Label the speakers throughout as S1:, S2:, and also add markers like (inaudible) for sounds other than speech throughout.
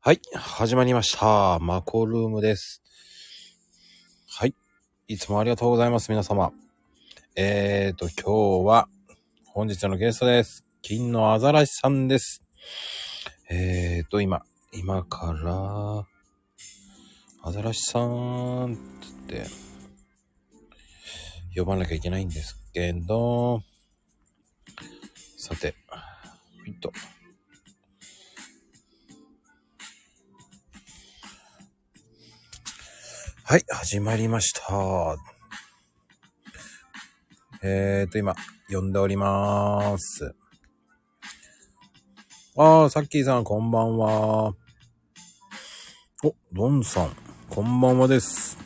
S1: はい、始まりました。マコルームです。はい、いつもありがとうございます、皆様。えーと、今日は、本日のゲストです。金のアザラシさんです。えーと、今、今から、アザラシさん、つって、呼ばなきゃいけないんですけど、さて、ほいっと。はい、始まりました。えーと、今、呼んでおります。あー、さっきーさん、こんばんは。お、ドンさん、こんばんはです。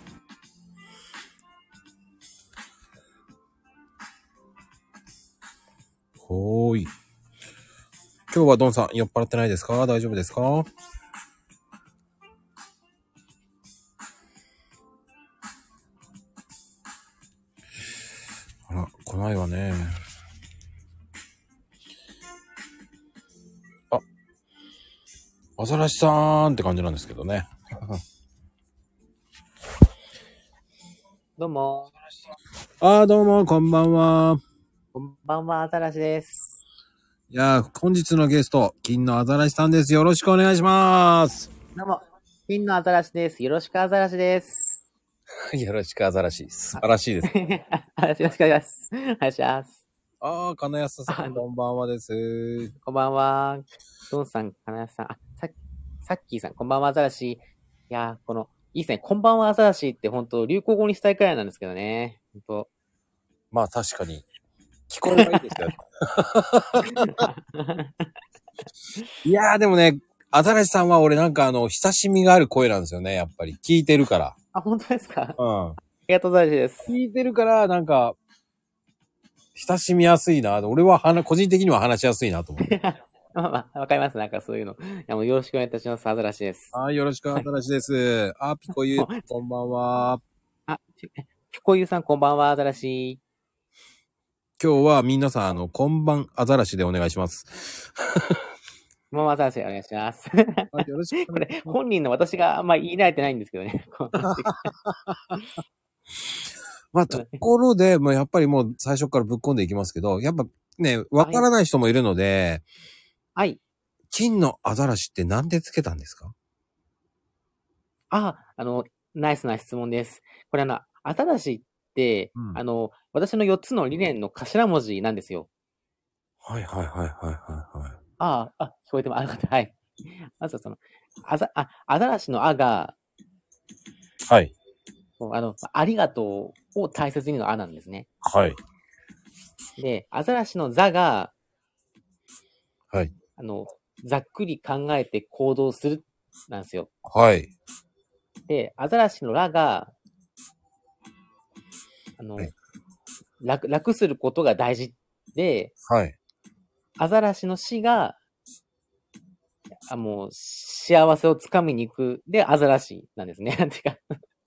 S1: ほーい。今日はドンさん、酔っ払ってないですか大丈夫ですかあら、来ないわね。あ、アザラシさんって感じなんですけどね。
S2: どうも、
S1: あー、どうも、こんばんは。
S2: こんばんは、あたらしです。
S1: いやー、本日のゲスト、金のアザラシさんです。よろしくお願いします。
S2: どうも、金のあたらしです。よろしくあたらしです。
S1: (laughs)
S2: (laughs)
S1: よろしく、アザラシ。素晴らしいです。
S2: あよろしくお願いします。お願いします。
S1: あー、金安さ
S2: あ
S1: ん、こんばんはです。
S2: こんばんは、どんさん、かなやさん、あ、ささっきーさん、こんばんは、あたらし。いやー、この、いいですね。こんばんは、あたらしって、本当流行語にしたいくらいなんですけどね。本
S1: まあ、確かに。聞こえがいいですよ。いやー、でもね、アザラシさんは俺なんかあの、親しみがある声なんですよね、やっぱり。聞いてるから。
S2: あ、本当ですかあ
S1: うん。
S2: りがとうございますです。
S1: 聞いてるから、なんか、親しみやすいな。俺は話、個人的には話しやすいなと思って。
S2: まあまあ、わかります。なんかそういうの。いや、もうよろしくお願いいたします。あたらしです。
S1: はい、よろしく、新しいです。あ、ピコユ、こんばんは。
S2: あ、ぴぴこゆさん、こんばんは、あたらし。
S1: 今日は皆さん、あの、こんばん、アザラシでお願いします。
S2: こんばんは、あたらし、お願いします。
S1: はいよろしくお
S2: こ
S1: 願い
S2: れ、本人の私があんま言い慣れてないんですけどね。 (laughs) こう
S1: (laughs) まあ、ところで、まあ、やっぱりもう最初からぶっ込んでいきますけど、やっぱね、わからない人もいるので、
S2: はい。
S1: 金のアザラシってなんでつけたんですか
S2: あ、あの、ナイスな質問です。これ、あの、新しいって、
S1: うん
S2: あの、私の4つの理念の頭文字なんですよ。
S1: はいはいはいはいはい。
S2: ああ、あ、聞こえてます。あよかったはい。まずはその、あざ、あ、アザラシのあが、
S1: はい。
S2: こうあの、ありがとうを大切にのあなんですね。
S1: はい。
S2: で、アザラシのザが、
S1: はい。
S2: あの、ざっくり考えて行動する、なんですよ。
S1: はい。
S2: で、アザラシのラが、あの
S1: はい、
S2: 楽、楽することが大事で、
S1: はい。
S2: アザラシの死が、あもう、幸せをつかみに行く。で、アザラシなんですね。 (laughs) てか、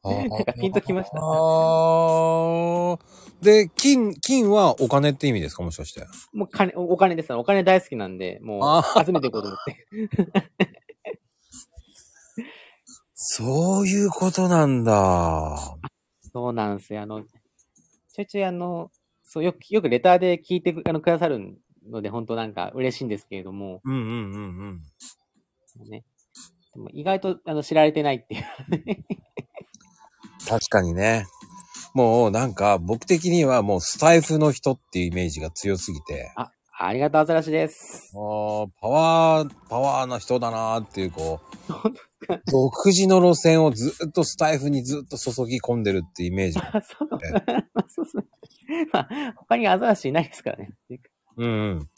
S2: なんかピンときま
S1: (laughs)
S2: した
S1: あーで、金、金はお金って意味ですかもしかして。
S2: もう金、おお金です。お金大好きなんで、も
S1: あ
S2: う、集めていこうと思って。 (laughs)
S1: そういうことなんだ。
S2: そうなんですよ。あの、ちょいちょいあの、そう、よく、よくレターで聞いてくあのくださるので、本当なんか嬉しいんですけれども、
S1: うんうんうんうん。
S2: ね、でも意外とあの知られてないっていう。
S1: 確かにね。もうなんか僕的にはもうスタイフの人っていうイメージが強すぎて、
S2: あ、ありがとう、アザラシです。
S1: もうパワー、パワーな人だなーっていうこ (laughs) う、独自の路線をずっとスタイフにずっと注ぎ込んでるってイメージ。
S2: あ、そう。 (laughs) まあ、そうですね。まあ、他にアザラシいないですからね。 (laughs)
S1: うんうん。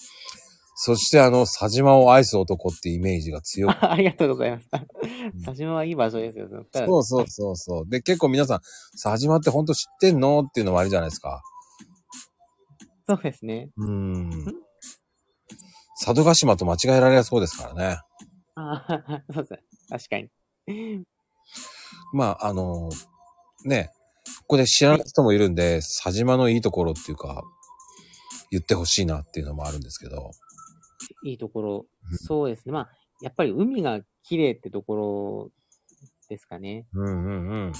S1: そしてあの、佐島を愛す男ってイメージが強く
S2: あありがとうございます
S1: ん。
S2: 佐島はいい場所ですよ。ただ
S1: そうそうそうそう。で、結構皆さん、佐島って本当知ってんのっていうのもあるじゃないですか。
S2: そうですね。
S1: うーん。佐渡島と間違えられそうですからね。
S2: あ (laughs) あ、そうですね。確かに。
S1: まあ、あのね、ここで知らない人もいるんで、佐島のいいところっていうか、言ってほしいなっていうのもあるんですけど。
S2: いいところ。そうですね。まあ、やっぱり海が綺麗ってところですかね。
S1: うんうんうん。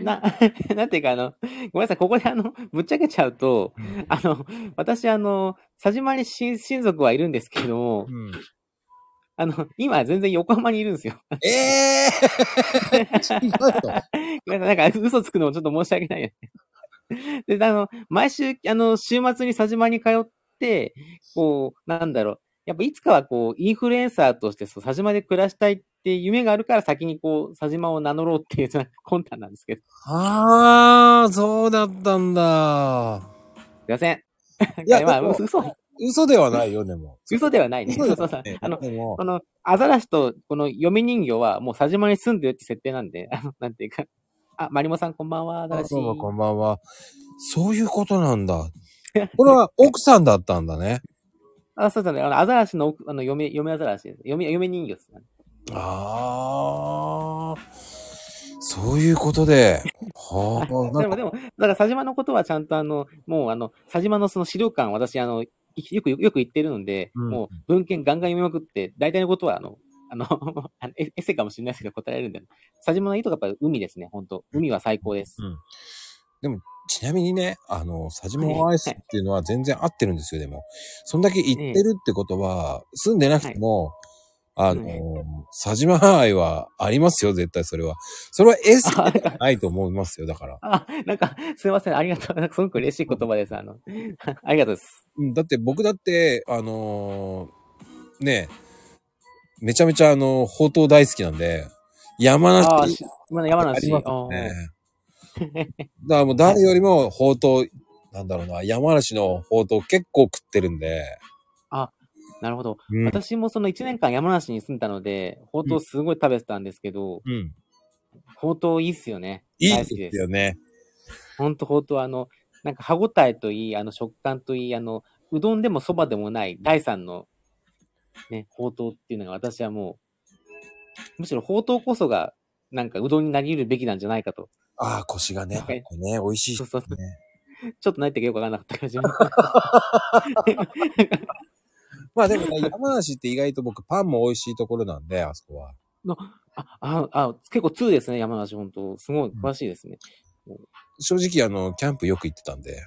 S2: な、な、 (laughs) なんていうか、あの、ごめんなさい、ここであの、ぶっちゃけちゃうと、あの、私、あの、佐島に親親族はいるんですけども、
S1: うん、
S2: あの、今全然横浜にいるんですよ。
S1: ええー、 (laughs) 違うよ
S2: ごめんなさい、なんか嘘つくのもちょっと申し訳ないよね。 (laughs) で、あの、毎週、あの、週末に佐島に通って、こう、なんだろう、やっぱいつかはこう、インフルエンサーとして、そう、佐島で暮らしたいって夢があるから先にこう、佐島を名乗ろうっていう、なんか魂胆なんですけど。す
S1: ああ、そうだったんだ。
S2: いません。
S1: いや
S2: ま
S1: で
S2: あ、
S1: も
S2: 嘘、嘘
S1: 嘘ではないよ、でも。
S2: 嘘ではないね。
S1: 嘘
S2: そ
S1: で
S2: う (laughs) そ
S1: は
S2: うそ
S1: な
S2: う
S1: いね。
S2: あの、
S1: でも
S2: こ、の、アザラシと、この嫁人形は、もう佐島に住んでるって設定なんで、あの、なんていうか。あ、マリモさんこんばんは、アザ
S1: あ
S2: ラシ。
S1: どうもこんばんは。そういうことなんだ。これは奥さんだったんだね。
S2: あ、そうそうね。あの、アザラシの奥、あの、嫁、嫁アザラシです。嫁、嫁人形です。
S1: ああ、そういうことで。はあ、な
S2: で
S1: ん
S2: も、
S1: か
S2: でも、だから、佐島のことはちゃんと、あの、もう、あの、佐島のその資料館、私、あの、いよく、よく言ってるので、
S1: うん
S2: もう、文献ガンガン読みまくって、大体のことは、あの、あの、 (laughs) あのエエッセイかもしれないですけど、答えられるんで、佐島のいいとこやっぱ海ですね、本当海は最高です。 (laughs)
S1: ちなみにね、あの、サジモンアイスっていうのは全然合ってるんですよ、でも。そんだけ行ってるってことは、住んでなくても、あの、サジマン愛はありますよ、絶対それは。それはエッセイじゃないと思いますよ、だから。
S2: あ、なんか、すいません、ありがとう。なんかすごく嬉しい言葉です。あの、 (laughs) ありがとうです。
S1: うん、だって僕だって、あのーねえ、めちゃめちゃあの、ほうとう大好きなんで、山
S2: ああ、
S1: 梨
S2: し今の山梨。
S1: あ
S2: あ
S1: りますね
S2: ー。
S1: (laughs) だからもう誰よりもほうとう、なんだろうな、山梨のほうとう結構食ってるんで、
S2: なるほど。
S1: うん。
S2: 私もその1年間山梨に住んだので、ほうとうすごい食べてたんですけど、
S1: うん、
S2: ほうとういいっすよね。
S1: いい
S2: 大
S1: で
S2: 好きですす
S1: よ。ね。
S2: ほんとほうとう、あの、なんか歯ごたえといい、あの食感といい、あの、うどんでもそばでもない第三の、ね、ほうとうっていうのが私はもう、むしろほうとうこそが、なんかうどんになり得るべきなんじゃないかと。
S1: ああ、腰がね、
S2: なんか
S1: ね、美味しい
S2: そう
S1: で
S2: そう
S1: すね。
S2: (laughs) ちょっと何言ってるかよくわかんなかったから自分
S1: まあでもね、 (laughs) 山梨って意外と僕パンも美味しいところなんで、あそこは。
S2: あ、あ、あ、結構通ですね、山梨、本当すごい詳しいですね。 (laughs)
S1: 正直あの、キャンプよく行ってたんで。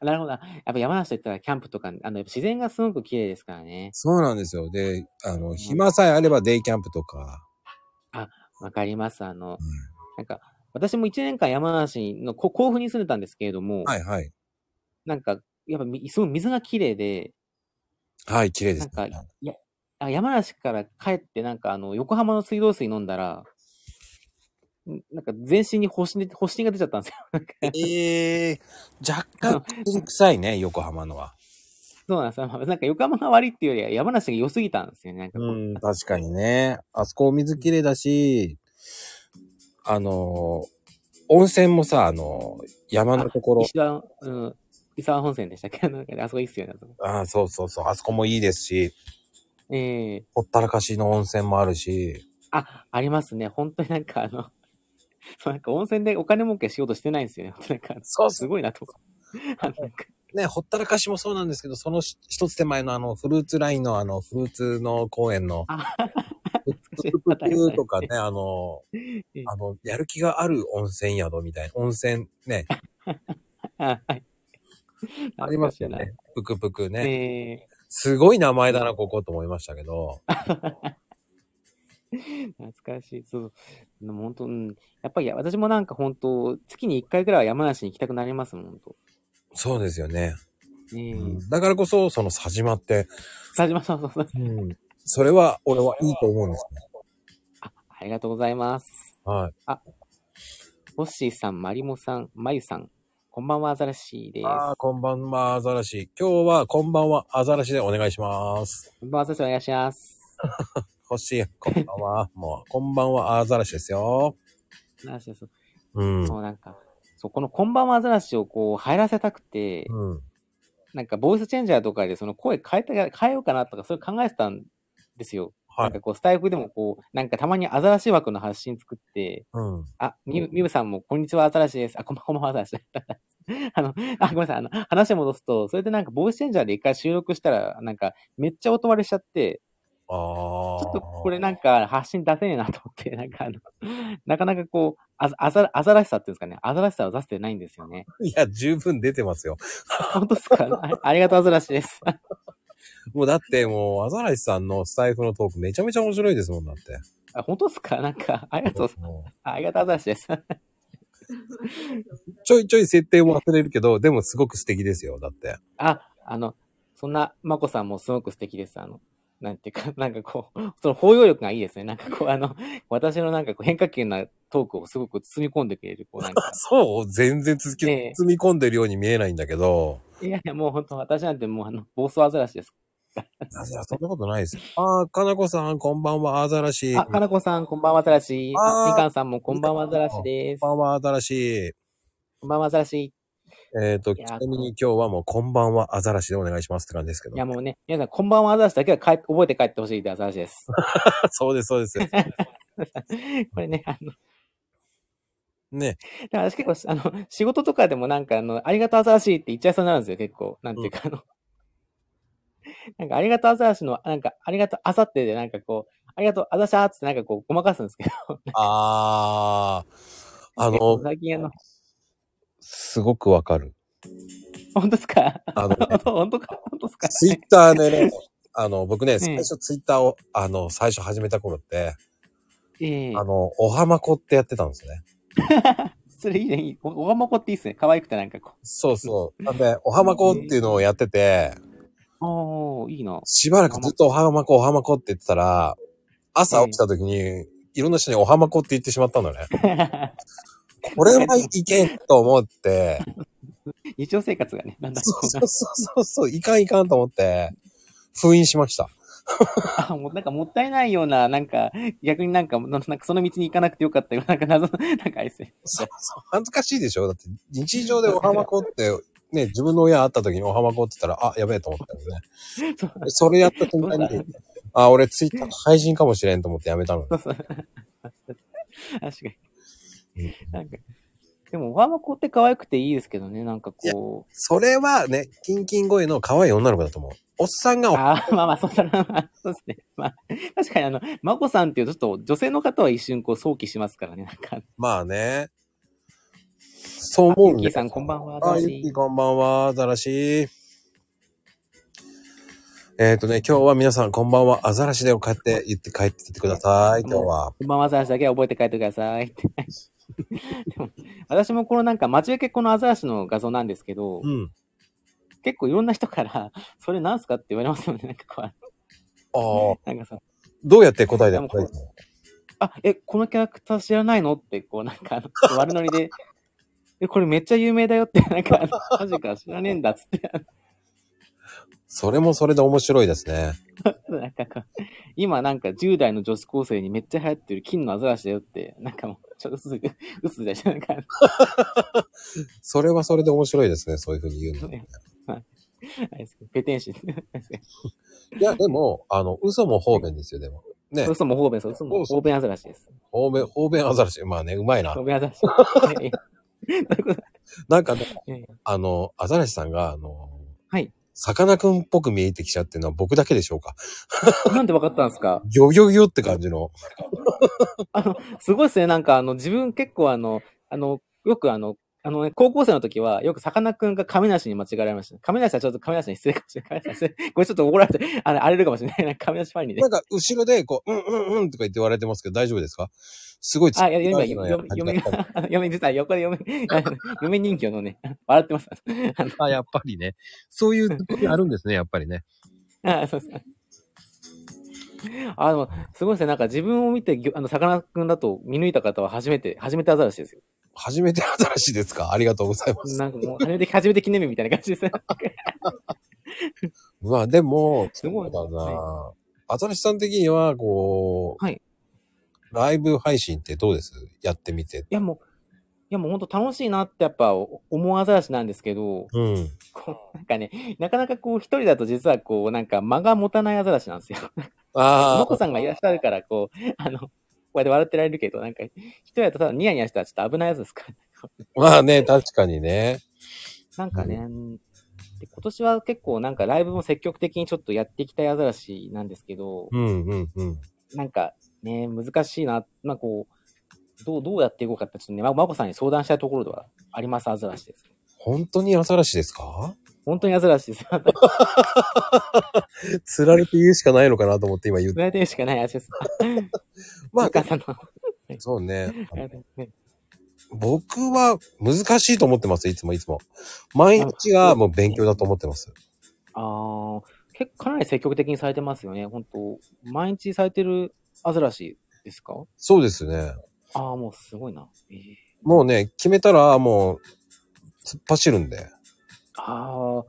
S2: なるほどな。やっぱ山梨といったらキャンプとか、あの、自然がすごく綺麗ですからね。
S1: そうなんですよ。で、あの、暇さえあればデイキャンプとか。
S2: わかります。あの、
S1: うん
S2: なんか、私も1年間山梨のこ甲府に住んでたんですけれども、
S1: はいはい。
S2: なんか、やっぱみ、すごい水が綺麗で、
S1: はい、綺麗です、
S2: な
S1: ね
S2: ん。あ山梨から帰って、なんか、あの、横浜の水道水飲んだら、んなんか全身に発疹で発疹が出ちゃったんですよ。 (laughs)
S1: ええ若干、臭いね、横浜のは。
S2: そうなんですよ。なんか横浜が悪いっていうよりは山梨が良すぎたんですよね。なんかこう
S1: うん、確かにね。あそこお水綺麗だし、あのー温泉もさ、あのー山のところ。
S2: 石田、うん、伊沢本線でしたっけ (laughs) なんかねあそこいいっすよね。あそこ
S1: ああ、そうそうそう。あそこもいいですし、
S2: ええ
S1: ほったらかしの温泉もあるし。
S2: あ、ありますね。本当になんかあの、 (laughs) そうなんか温泉でお金儲けしようとしてないんですよね。本当なんか、
S1: そう
S2: すごいなとか。あの (laughs) なんか
S1: ね、ほったらかしもそうなんですけど、そのし一つ手前のあの、フルーツラインのあの、フルーツの公園の、
S2: あ、
S1: プクプクとかね、あの
S2: ええ、
S1: あの、やる気がある温泉宿みたいな、温泉ね、
S2: あはい。
S1: ありますよ
S2: 懐か
S1: ね。ぷくぷく
S2: しいな。
S1: ね。
S2: ええ
S1: すごい名前だな、ここと思いましたけど。
S2: 懐かしい。そう。でも本当、うん。やっぱり私もなんか本当、月に1回ぐらいは山梨に行きたくなりますもん、本当。
S1: そうですよね。
S2: ええ
S1: だからこそ、その佐島って、
S2: 佐島さん、そうそう。
S1: それは俺はいいと思うんですね。
S2: あありがとうございます。
S1: はい。
S2: ホッシーさん、マリモさん、マユさん、こんばんは、アザラシです。
S1: ああ、こんばんは、アザラシ。今日は、こんばんは、アザラシでお願いします。
S2: こんばんは、アザラシお願いします。
S1: 星、こんばんは。もう、こんばんは、アザラシですよ。
S2: アザラシです
S1: うん。
S2: そう、なんか、そう、このこんばんはアザラシをこう、入らせたくて、
S1: うん。
S2: なんか、ボイスチェンジャーとかで、その声変えたが、変えようかなとか、それ考えてたんですよ。
S1: は
S2: なん
S1: い。
S2: かこう、スタイフでもこう、なんかたまにアザラシ枠の発信作って、
S1: うん。
S2: あ、みゆみゆさんも、こんにちは、アザラシです。あ、こんばんは、アザラシ。あの、あ、ごめんなさい、 (laughs) あの、話戻すと、それでなんか、ボイスチェンジャーで一回収録したら、なんか、めっちゃ音割れしちゃって、
S1: ああ。
S2: ちょっとこれなんか、発信出せねえなと思って、 (laughs) なんかあの、なかなかこう、あざ、あざあざらしさっていうんですかね、あざらしさを出せてないんですよね。
S1: いや、十分出てますよ。
S2: 本当ですかあありがとう、あざらしです。
S1: もうだってもう、アザラシさんのスタイフのトークめちゃめちゃ面白いですもんだって。
S2: あ本当ですかなんか、ありがとう、
S1: もう
S2: あありがとう、あざらしです。
S1: ちょいちょい設定も忘れるけど、でもすごく素敵ですよ、だって。
S2: あ、あの、そんな、まこさんもすごく素敵です。あの、なんていうか、 (laughs) なんかこう、その包容力がいいですね。なんかこう、あの、私のなんかこう変化球なトークをすごく包み込んでくれる、こうな
S1: (laughs)
S2: んか。
S1: そう全然続き、
S2: ええ
S1: 包み込んでるように見えないんだけど。
S2: いやいや、もう本当私なんてもうあの、暴走アザラシです。
S1: いや、そんなことないです。ああ、かなこさん、こんばんは、アザラシ。
S2: あ、かなこさん、こんばんはアザラシ。
S1: あー
S2: あみかんさんもこんばんはアザラシです。
S1: こんばんは、アザラシ。
S2: こんばんはアザラシ。
S1: えっ、と、
S2: い
S1: ちな
S2: や
S1: みに今日はもう、こんばんは、アザラシでお願いしますって感じですけど。
S2: いや、もうね、皆さん、こんばんはアザラシだけは帰っ覚えて帰ってほしいってアザラ
S1: (laughs)
S2: シです。
S1: そうです、そう
S2: (laughs)
S1: です。
S2: これね、あの、
S1: ね。
S2: でも私結構、あの、 (laughs) 仕事とかでもなんか、あの、ありがとうアザラシって言っちゃいそうになるんですよ、結構。なんていうか、あの、 (laughs) なんか、ありがとうアザラシの、なんか、ありがとう、あさってで、なんかこう、ありがとう、あざしゃーっつってなんかこう、ごまかすんですけど。
S1: ああ、あ
S2: 結構
S1: の、
S2: (laughs) 最近あの、
S1: すごくわかる。
S2: 本当ですか (laughs)
S1: あの、
S2: 本当本当か (laughs) 本当ですか
S1: ツイッターでね、あの、僕ね、
S2: え
S1: 最初ツイッターを、あの、最初始めた頃って、
S2: ええ
S1: あの、おはまこってやってたんですね。
S2: それいいね、いい。おおがまこっていいっすね。可愛くてなんかこ
S1: そうそう。なんで、おはまこっていうのをやってて、
S2: う。おー、いいな。 (laughs)
S1: しばらくずっとおはまこ、おはまこって言ってたら、朝起きた時に、いろんな人におはまこって言ってしまったのね。これはいけんと思って、
S2: 日常生活がね、なんだ
S1: そ
S2: こ
S1: う
S2: う
S1: そ
S2: な
S1: うそうそう、いかんいかんと思って、封印しました。
S2: (laughs) あ、もうなんかもったいないような、なんか、逆になんか、ななんかその道に行かなくてよかったような、なんか謎の、なんかあれですね。
S1: そうそう、恥ずかしいでしょだって、日常でおはまこって、ね、自分の親会った時におはまこって言ったら、あ、やべえと思ったんですね。
S2: そう
S1: で (laughs) それやった瞬間
S2: どう
S1: に、あ、俺ツイッターの配信かもしれんと思ってやめたの。
S2: そうそう。確か
S1: うん
S2: に。なんか、でも、ワーマコって可愛くていいですけどね、なんかこう。
S1: それはね、キンキン声の可愛い女の子だと思う。おっさんがお、
S2: ああ、まあまあ、そうだな、まあ、そうですね。まあ、確かにあの、マコさんっていうちょっと女性の方は一瞬こう想起しますからね、なんか。
S1: まあね。そう思うん
S2: あゆっきーさんこんばんは
S1: あ、
S2: ざらし
S1: ゆっきーこんばんは、ざらし。えっ、とね、今日は皆さんこんばんは、あざらしでを帰って言って帰ってきてください、今日は。
S2: こんばんはアザラシだけは覚えて帰ってくださいって。でも、私もこのなんか、待ち受けこのアザラシの画像なんですけど、
S1: うん。
S2: 結構いろんな人から、それなんすかって言われますよね。なんかこう、
S1: ああ、
S2: なんかさ、
S1: どうやって答えて答えてたの
S2: あ、え、このキャラクター知らないのって、こうなんかあの、悪ノリで、 (laughs) え、これめっちゃ有名だよって、なんか、あのマジか知らねえんだっつって、 (laughs)
S1: それもそれで面白いですね。
S2: なんかこう、今なんか10代の女子高生にめっちゃ流行ってる金のアザラシだよって、なんかもう、ちょっとすぐ、 (laughs) 嘘だし、なんか、
S1: それはそれで面白いですね、そういうふうに言うの。
S2: ねあれですけどペテンシ
S1: いや、でも、あの、嘘も方便ですよ、でも。ね、
S2: 嘘も方便そう、嘘も方便アザラシです。
S1: 方便、方便アザラシ。まあね、うまいな
S2: 方。便アザラシ。いやいやどういうこと
S1: なん
S2: (laughs)
S1: かね、
S2: いやいや
S1: あの、アザラシさんが、あの、
S2: はい。
S1: さかなクンっぽく見えてきちゃってるのは僕だけでしょうか。
S2: なんで分かったんですか
S1: ギョギョギョって感じの。
S2: あの、すごいですね。なんか、あの、自分結構あの、あの、よくあの、あのね、高校生の時は、よくさかなクンが亀梨に間違えられました。亀梨はちょっと亀梨に失礼かもしれない。亀梨 (laughs) は失礼、これちょっと怒られて、あの荒れるかもしれない。 (laughs) なんか亀梨ファンにね
S1: な。んか、後ろで、こう、うんうんうんとか言って言われてますけど、大丈夫ですかすごいつ
S2: あ、いや、
S1: な
S2: 嫁、
S1: いのやっぱ
S2: 嫁、
S1: り
S2: 嫁が、 (laughs) 嫁、実は横で嫁、あの嫁人形のね、笑ってます。あの
S1: あ、やっぱりね。そういうところあるんですね、やっぱりね。
S2: あ、そうですか。あの、すごいですね。なんか自分を見て、ぎょあの、さかなクンだと見抜いた方は初めて、初めてアザラシですよ。
S1: 初めてアザラシですかありがとうございます。
S2: なんかもう、初めて、初めて記念日みたいな感じですね。
S1: まあでも、
S2: すごい
S1: そうだな。アザラシさん的には、こう、
S2: はい
S1: ライブ配信ってどうですやってみて。
S2: いやもう、いやもう本当楽しいなってやっぱ思うアザラシなんですけど、
S1: うん。
S2: こうなんかね、なかなかこう一人だと実はこうなんか間が持たないアザラシなんですよ。
S1: あ
S2: ノ
S1: あ
S2: コ、さんがいらっしゃるからこう、あの、こうやって笑ってられるけど、なんか一人だとただニヤニヤしたらちょっと危ないやつですから。
S1: まあね、確かにね。
S2: (laughs) なんかね、で今年は結構なんかライブも積極的にちょっとやっていきたいアザラシなんですけど、
S1: うんうんうん。
S2: なんかね、難しいな、まあこう、どう、どうやっていこうかって、ちょっとね、ま、まこさんに相談したいところではあります、アザラシです。
S1: 本当にアザラシですか
S2: 本当にアザラシです。
S1: つられて言うしかないのかなと思って今言う
S2: 言われてるしかない足です。
S1: (laughs) ま
S2: ゆ
S1: あ
S2: か、さんの。
S1: そう (laughs) ね。あの
S2: ね
S1: 僕は難しいと思ってます、いつもいつも。毎日がもう勉強だと思ってます。
S2: ああ、結構かなり積極的にされてますよね、本当毎日されてるアザラシですか
S1: そうですね。
S2: ああ、もうすごいな。えー
S1: もうね、決めたらもう、突っ走るんで。
S2: ああ、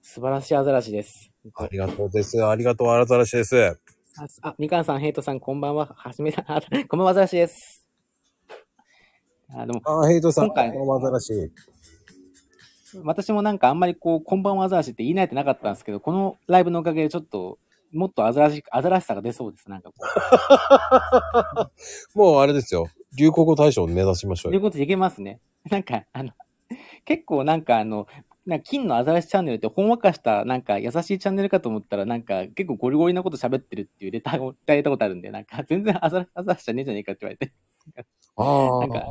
S2: 素晴らしいアザラシです。
S1: ありがとうです。ありがとう、アザラシです。
S2: あ、すあみかんさん、ヘイトさん、こんばんは。はじめさん、あこんばんは、アザラシです。あでも、
S1: あ、ヘイトさん、
S2: 今回
S1: こんばんはアザラシ。
S2: 私もなんかあんまりこう、こんばんはアザラシって言い慣れてなかったんですけど、このライブのおかげでちょっと、もっとアザラシ、アザラシさが出そうです。なんかこ
S1: もうあれですよ。流行語大賞を目指しましょ
S2: う。
S1: う
S2: いう
S1: よ。
S2: ことでいけますね。 (laughs) なんか、あの、結構なんかあの、なんか金のアザラシチャンネルってほんわかした、なんか優しいチャンネルかと思ったら、なんか結構ゴリゴリなこと喋ってるっていうレターをいただいたことあるんで、なんか全然アザラシアザラシじゃねえじゃねえかって言われて。
S1: あ
S2: な
S1: あ
S2: んか、な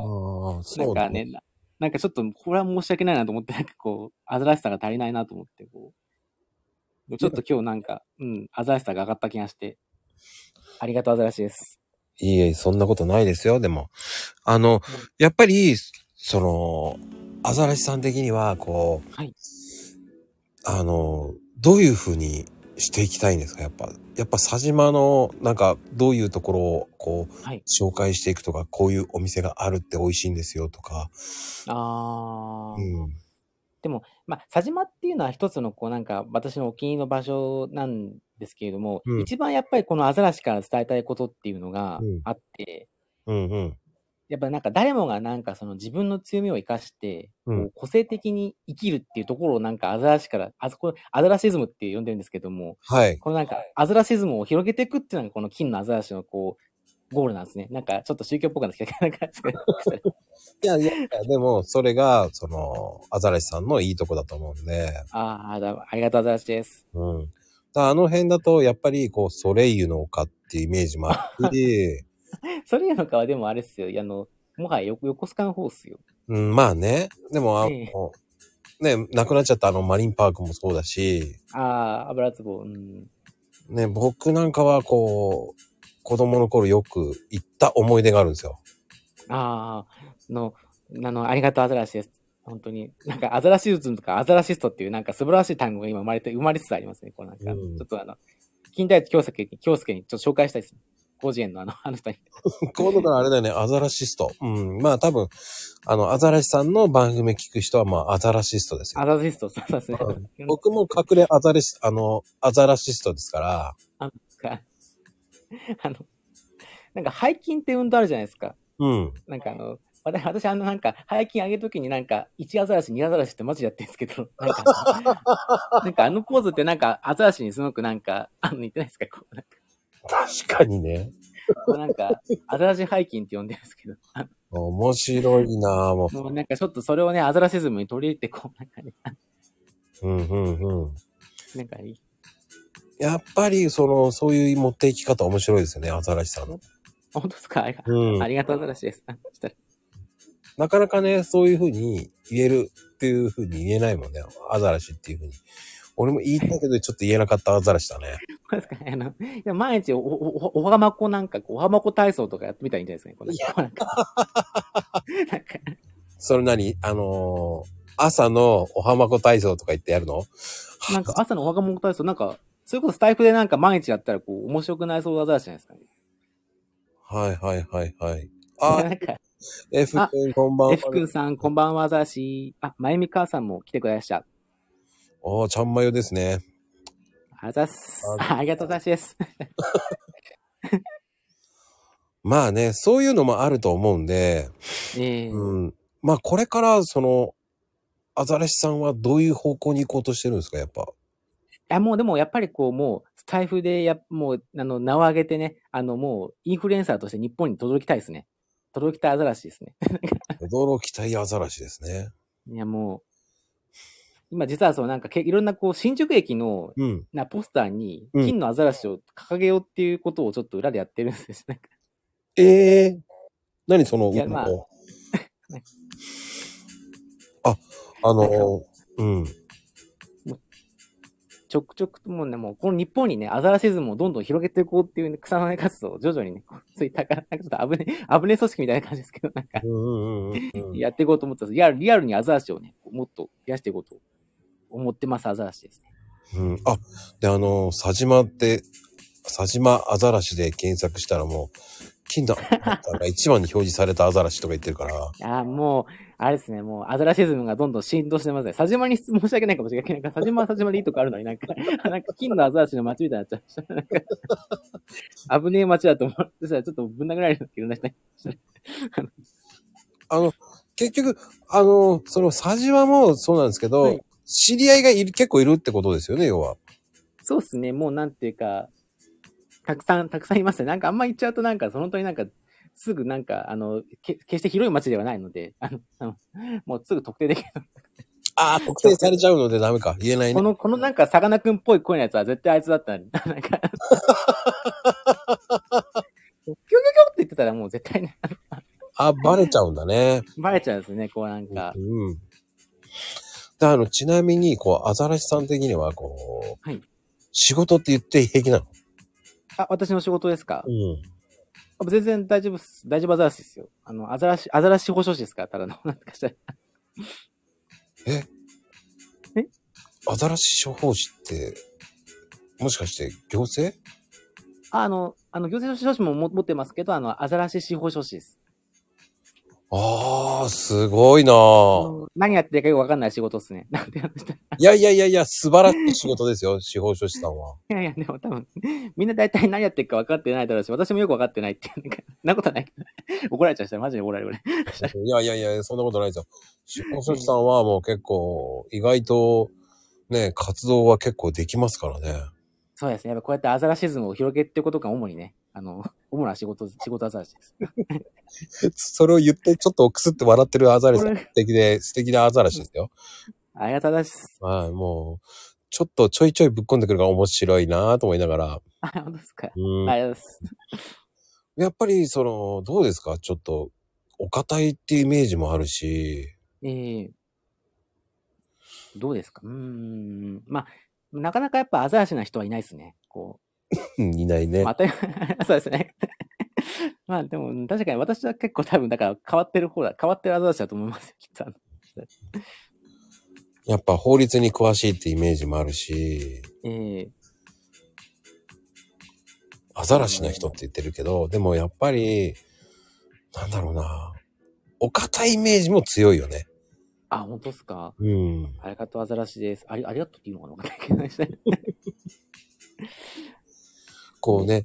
S1: そ
S2: ん
S1: う
S2: か
S1: だ
S2: ね、
S1: ね。
S2: ななんかちょっと、これは申し訳ないなと思って、なんかこう、アザラシさが足りないなと思って、こう。でもちょっと今日なんか、うん、アザラシさが上がった気がして、ありがとうアザラシです。
S1: いえいえ、そんなことないですよ、でも。あの、やっぱり、その、アザラシさん的には、こう、
S2: はい
S1: あの、どういうふうにしていきたいんですか、やっぱ。やっぱ、佐島の、なんか、どういうところを、こう、
S2: はい
S1: 紹介していくとか、こういうお店があるって美味しいんですよ、とか。
S2: あー。
S1: うん。
S2: まあ、佐島っていうのは一つの、こうなんか、私のお気に入りの場所なんですけれども、
S1: うん
S2: 一番やっぱりこのアザラシから伝えたいことっていうのが
S1: うん
S2: あって、
S1: うんうん。
S2: やっぱなんか誰もがなんかその自分の強みを生かして、
S1: うん
S2: こう個性的に生きるっていうところをなんかアザラシから、あそこれアザラシズムって呼んでるんですけども、
S1: はい。
S2: このなんかアザラシズムを広げていくっていうのがこの金のアザラシのこう、ゴールなんですね。なんかちょっと宗教っぽくなってきたなんか
S1: いやいやいや、でも、それが、その、アザラシさんのいいとこだと思うんで。
S2: ああ、だありがとうアザラシです。
S1: うん。だからあの辺だと、やっぱり、こう、ソレイユの丘っていうイメージもあ (laughs) って、
S2: それよりかはでもあれっすよ。いやあの、もはや横横須賀の方っすよ。
S1: うん、まあね。でも、あ
S2: ええ
S1: の、ね、なくなっちゃったあのマリンパークもそうだし、
S2: ああ、油壺。うん。
S1: ね、僕なんかはこう、子供の頃よく行った思い出があるんですよ。 (laughs)
S2: ああ、の、あの、ありがとうアザラシです。本当に。なんか、アザラシズムとか、アザラシストっていう、なんか素晴らしい単語が今生まれて、生まれつつありますね。こうなんか、
S1: うん
S2: ちょっとあの、近代一京介に、京介にちょっと紹介したいです。広辞苑のあの、あの人に。
S1: 今度からあれだよね、アザラシスト。うん、まあ多分、あの、アザラシさんの番組聞く人は、まあ、アザラシストですよ。
S2: アザラシスト、そうそうですね。
S1: 僕も隠れアザラシ、あの、アザラシストですから、
S2: なんか (laughs) あの、なんか、背筋って運動あるじゃないですか。
S1: うん。
S2: なんかあの、私、私あの、なんか、背筋上げるときになんか、1アザラシ、2アザラシってマジでやってるんですけど、なんか、なんかあのポーズってなんか、アザラシにすごくなんか、あの、似てないですかこう、なんか、
S1: 確かにね。
S2: こうなんか、アザラシ背筋って呼んでるんですけど、あ
S1: 面白いなぁ、も
S2: もうなんかちょっとそれをね、アザラシズムに取り入れて、こう、なんかね、
S1: う。うん、うん、うん。
S2: なんかいい。
S1: やっぱり、その、そういう持っていき方面白いですよね、アザラシさんの。
S2: 本当ですかありが
S1: うん
S2: ありがとうアザラシです。あそしたら
S1: なかなかね、そういうふうに言えるっていうふうに言えないもんね。アザラシっていうふうに。俺も言いたいけど、ちょっと言えなかったアザラシだね。
S2: そうですかねあの、いや毎日お、お、お、おはまこなんか、こうおはまこ体操とかやってみたらいいんじゃないですかね。こうなんか、こうなんか、なんか
S1: それなに、あのー朝のおはまこ体操とか言ってやるの
S2: なんか朝のおはまこ体操、なんか、それこそスタイフでなんか毎日やったら、こう、面白くなりそうなアザラシじゃないですかね。
S1: はいはいはいはい。あ、
S2: なんか、
S1: F
S2: あ
S1: 君こんばんは。
S2: F 君さん、こんばんは、アザラシ。あ、まゆみ母さんも来てくれました。
S1: おー、ちゃんまよですね。
S2: あざっす。
S1: あ
S2: あありがとうございますです。
S1: まあね、そういうのもあると思うんで、
S2: ええ
S1: うん。まあこれから、その、アザラシさんはどういう方向に行こうとしてるんですか、やっぱ。
S2: いや、もうでもやっぱりこう、もう、スタイフでや、もう、あの、名を上げてね、あの、もう、インフルエンサーとして日本に届きたいですね。届きたいアザラシですね。
S1: 驚きたいアザラシですね。
S2: いや、もう、今実はそのなんかけいろんなこう新宿駅の
S1: うん。
S2: なポスターに
S1: うん
S2: 金のアザラシを掲げようっていうことをちょっと裏でやってるんですよ。なんか
S1: ええ何その、
S2: いやまあ
S1: うんこ
S2: (laughs)
S1: あ、あ
S2: なんか
S1: の、うん。
S2: ちょくちょくともうね、もうこの日本にね、アザラシズムをどんどん広げていこうっていう、ね、草の根活動を徐々にね、こうツイッターから、なんかちょっと危ね、 (laughs) 危ねえ組織みたいな感じですけど、なんか
S1: うんうんうんうん。
S2: やっていこうと思ったんです。リアルリアルにアザラシをね、もっと増やしていこうと思ってます、アザラシですね。
S1: うん、あ、で、あの、佐島って、佐島アザラシで検索したらもう、金のが一番に表示されたアザラシとか言ってるから、
S2: ああ、もう、あれですね、もう、アザラシズムがどんどん浸透してますね。佐島に申し訳ないかもしれないけど、なんか佐島は佐島でいいとこあるのになんか、 (laughs) なんか金のアザラシの街みたいになっちゃいました。なんか危ねえ街だと思ってさ、ちょっとぶん殴られるんですけどね。
S1: あの、結局、あの、その佐島もそうなんですけど、
S2: はい
S1: 知り合いがいる、結構いるってことですよね、要は。
S2: そうですね、もうなんていうか、たくさん、たくさんいますね。なんかあんま言っちゃうとなんか、その本当になんか、すぐなんか、あの、け決して広い街ではないので、あの、あのもうすぐ特定できる。
S1: ああ、特定されちゃうのでダメか。言えない
S2: こ
S1: ね。
S2: の、このなんか、さかなクンっぽい声のやつは絶対あいつだったんだ。なんか、キョキョキョキョって言ってたらもう絶対ね、
S1: あ、バレちゃうんだね。
S2: バレちゃうんですね、こうなんか。
S1: うん。で、あの、ちなみに、こう、アザラシさん的には、こう、
S2: はい
S1: 仕事って言って平気なの
S2: あ、私の仕事ですか
S1: うん。
S2: あ全然大丈夫っす。大丈夫アザラシですよ。あの、アザラシ、アザラシ保証士ですから、ただの、なんかしたら。
S1: アザラシ処方士って、もしかして行政
S2: ああの、あの、行政書士もも持ってますけど、あの、アザラシ司法書士です。
S1: ああ、すごいな
S2: あ
S1: あ
S2: の何やってるかよくわかんない仕事ですね。 (laughs) なんて話したい
S1: いやいやいやいや、素晴らしい仕事ですよ、司法書士さんは。
S2: やいや、でも多分、 (laughs) みんな大体何やってるか分かってないだろうし、私もよく分かってないっていう、なんか、 (laughs) なことはないけど。怒られちゃうしたらマジで怒られるぐらい。
S1: (laughs) いやいやいや、そんなことないですよ。 (laughs) 司法書士さんはもう結構、意外と、ね、活動は結構できますからね。
S2: そうですね。やっぱこうやってアザラシズムを広げってことが主にね、あの、 (laughs) 主な仕事、仕事アザラシです。
S1: それを言って、ちょっとくすって笑ってるアザラシ、
S2: これ
S1: 素敵で、素敵なアザラシですよ。
S2: ありがたいで
S1: (laughs)
S2: す。(laughs)
S1: はい、もう、ちょっとちょいちょいぶっ込んでくるから面白いなぁと思いながら。
S2: あ、本当ですか。
S1: うん
S2: ありがとうございます。
S1: やっぱり、その、どうですかちょっと、お堅いってイメージもあるし、
S2: ええどうですかうーん。まあ、なかなかやっぱアザラシな人はいないですね。こ、
S1: うんいないうね
S2: ま。た、 (laughs) そうですね。 (laughs) まあでも、確かに私は結構多分、だから変わってる方だ、変わってるアザラシだと思いますよ、きっと。
S1: やっぱ法律に詳しいってイメージもあるし、
S2: ええ
S1: アザラシな人って言ってるけど、でもやっぱり、なんだろうなお堅いイメージも強いよね。
S2: あ、本当ですか。
S1: うん。
S2: ありがとうアザラシです。ありありがとうっていうのかなわかんないけど (laughs) ね
S1: こうね、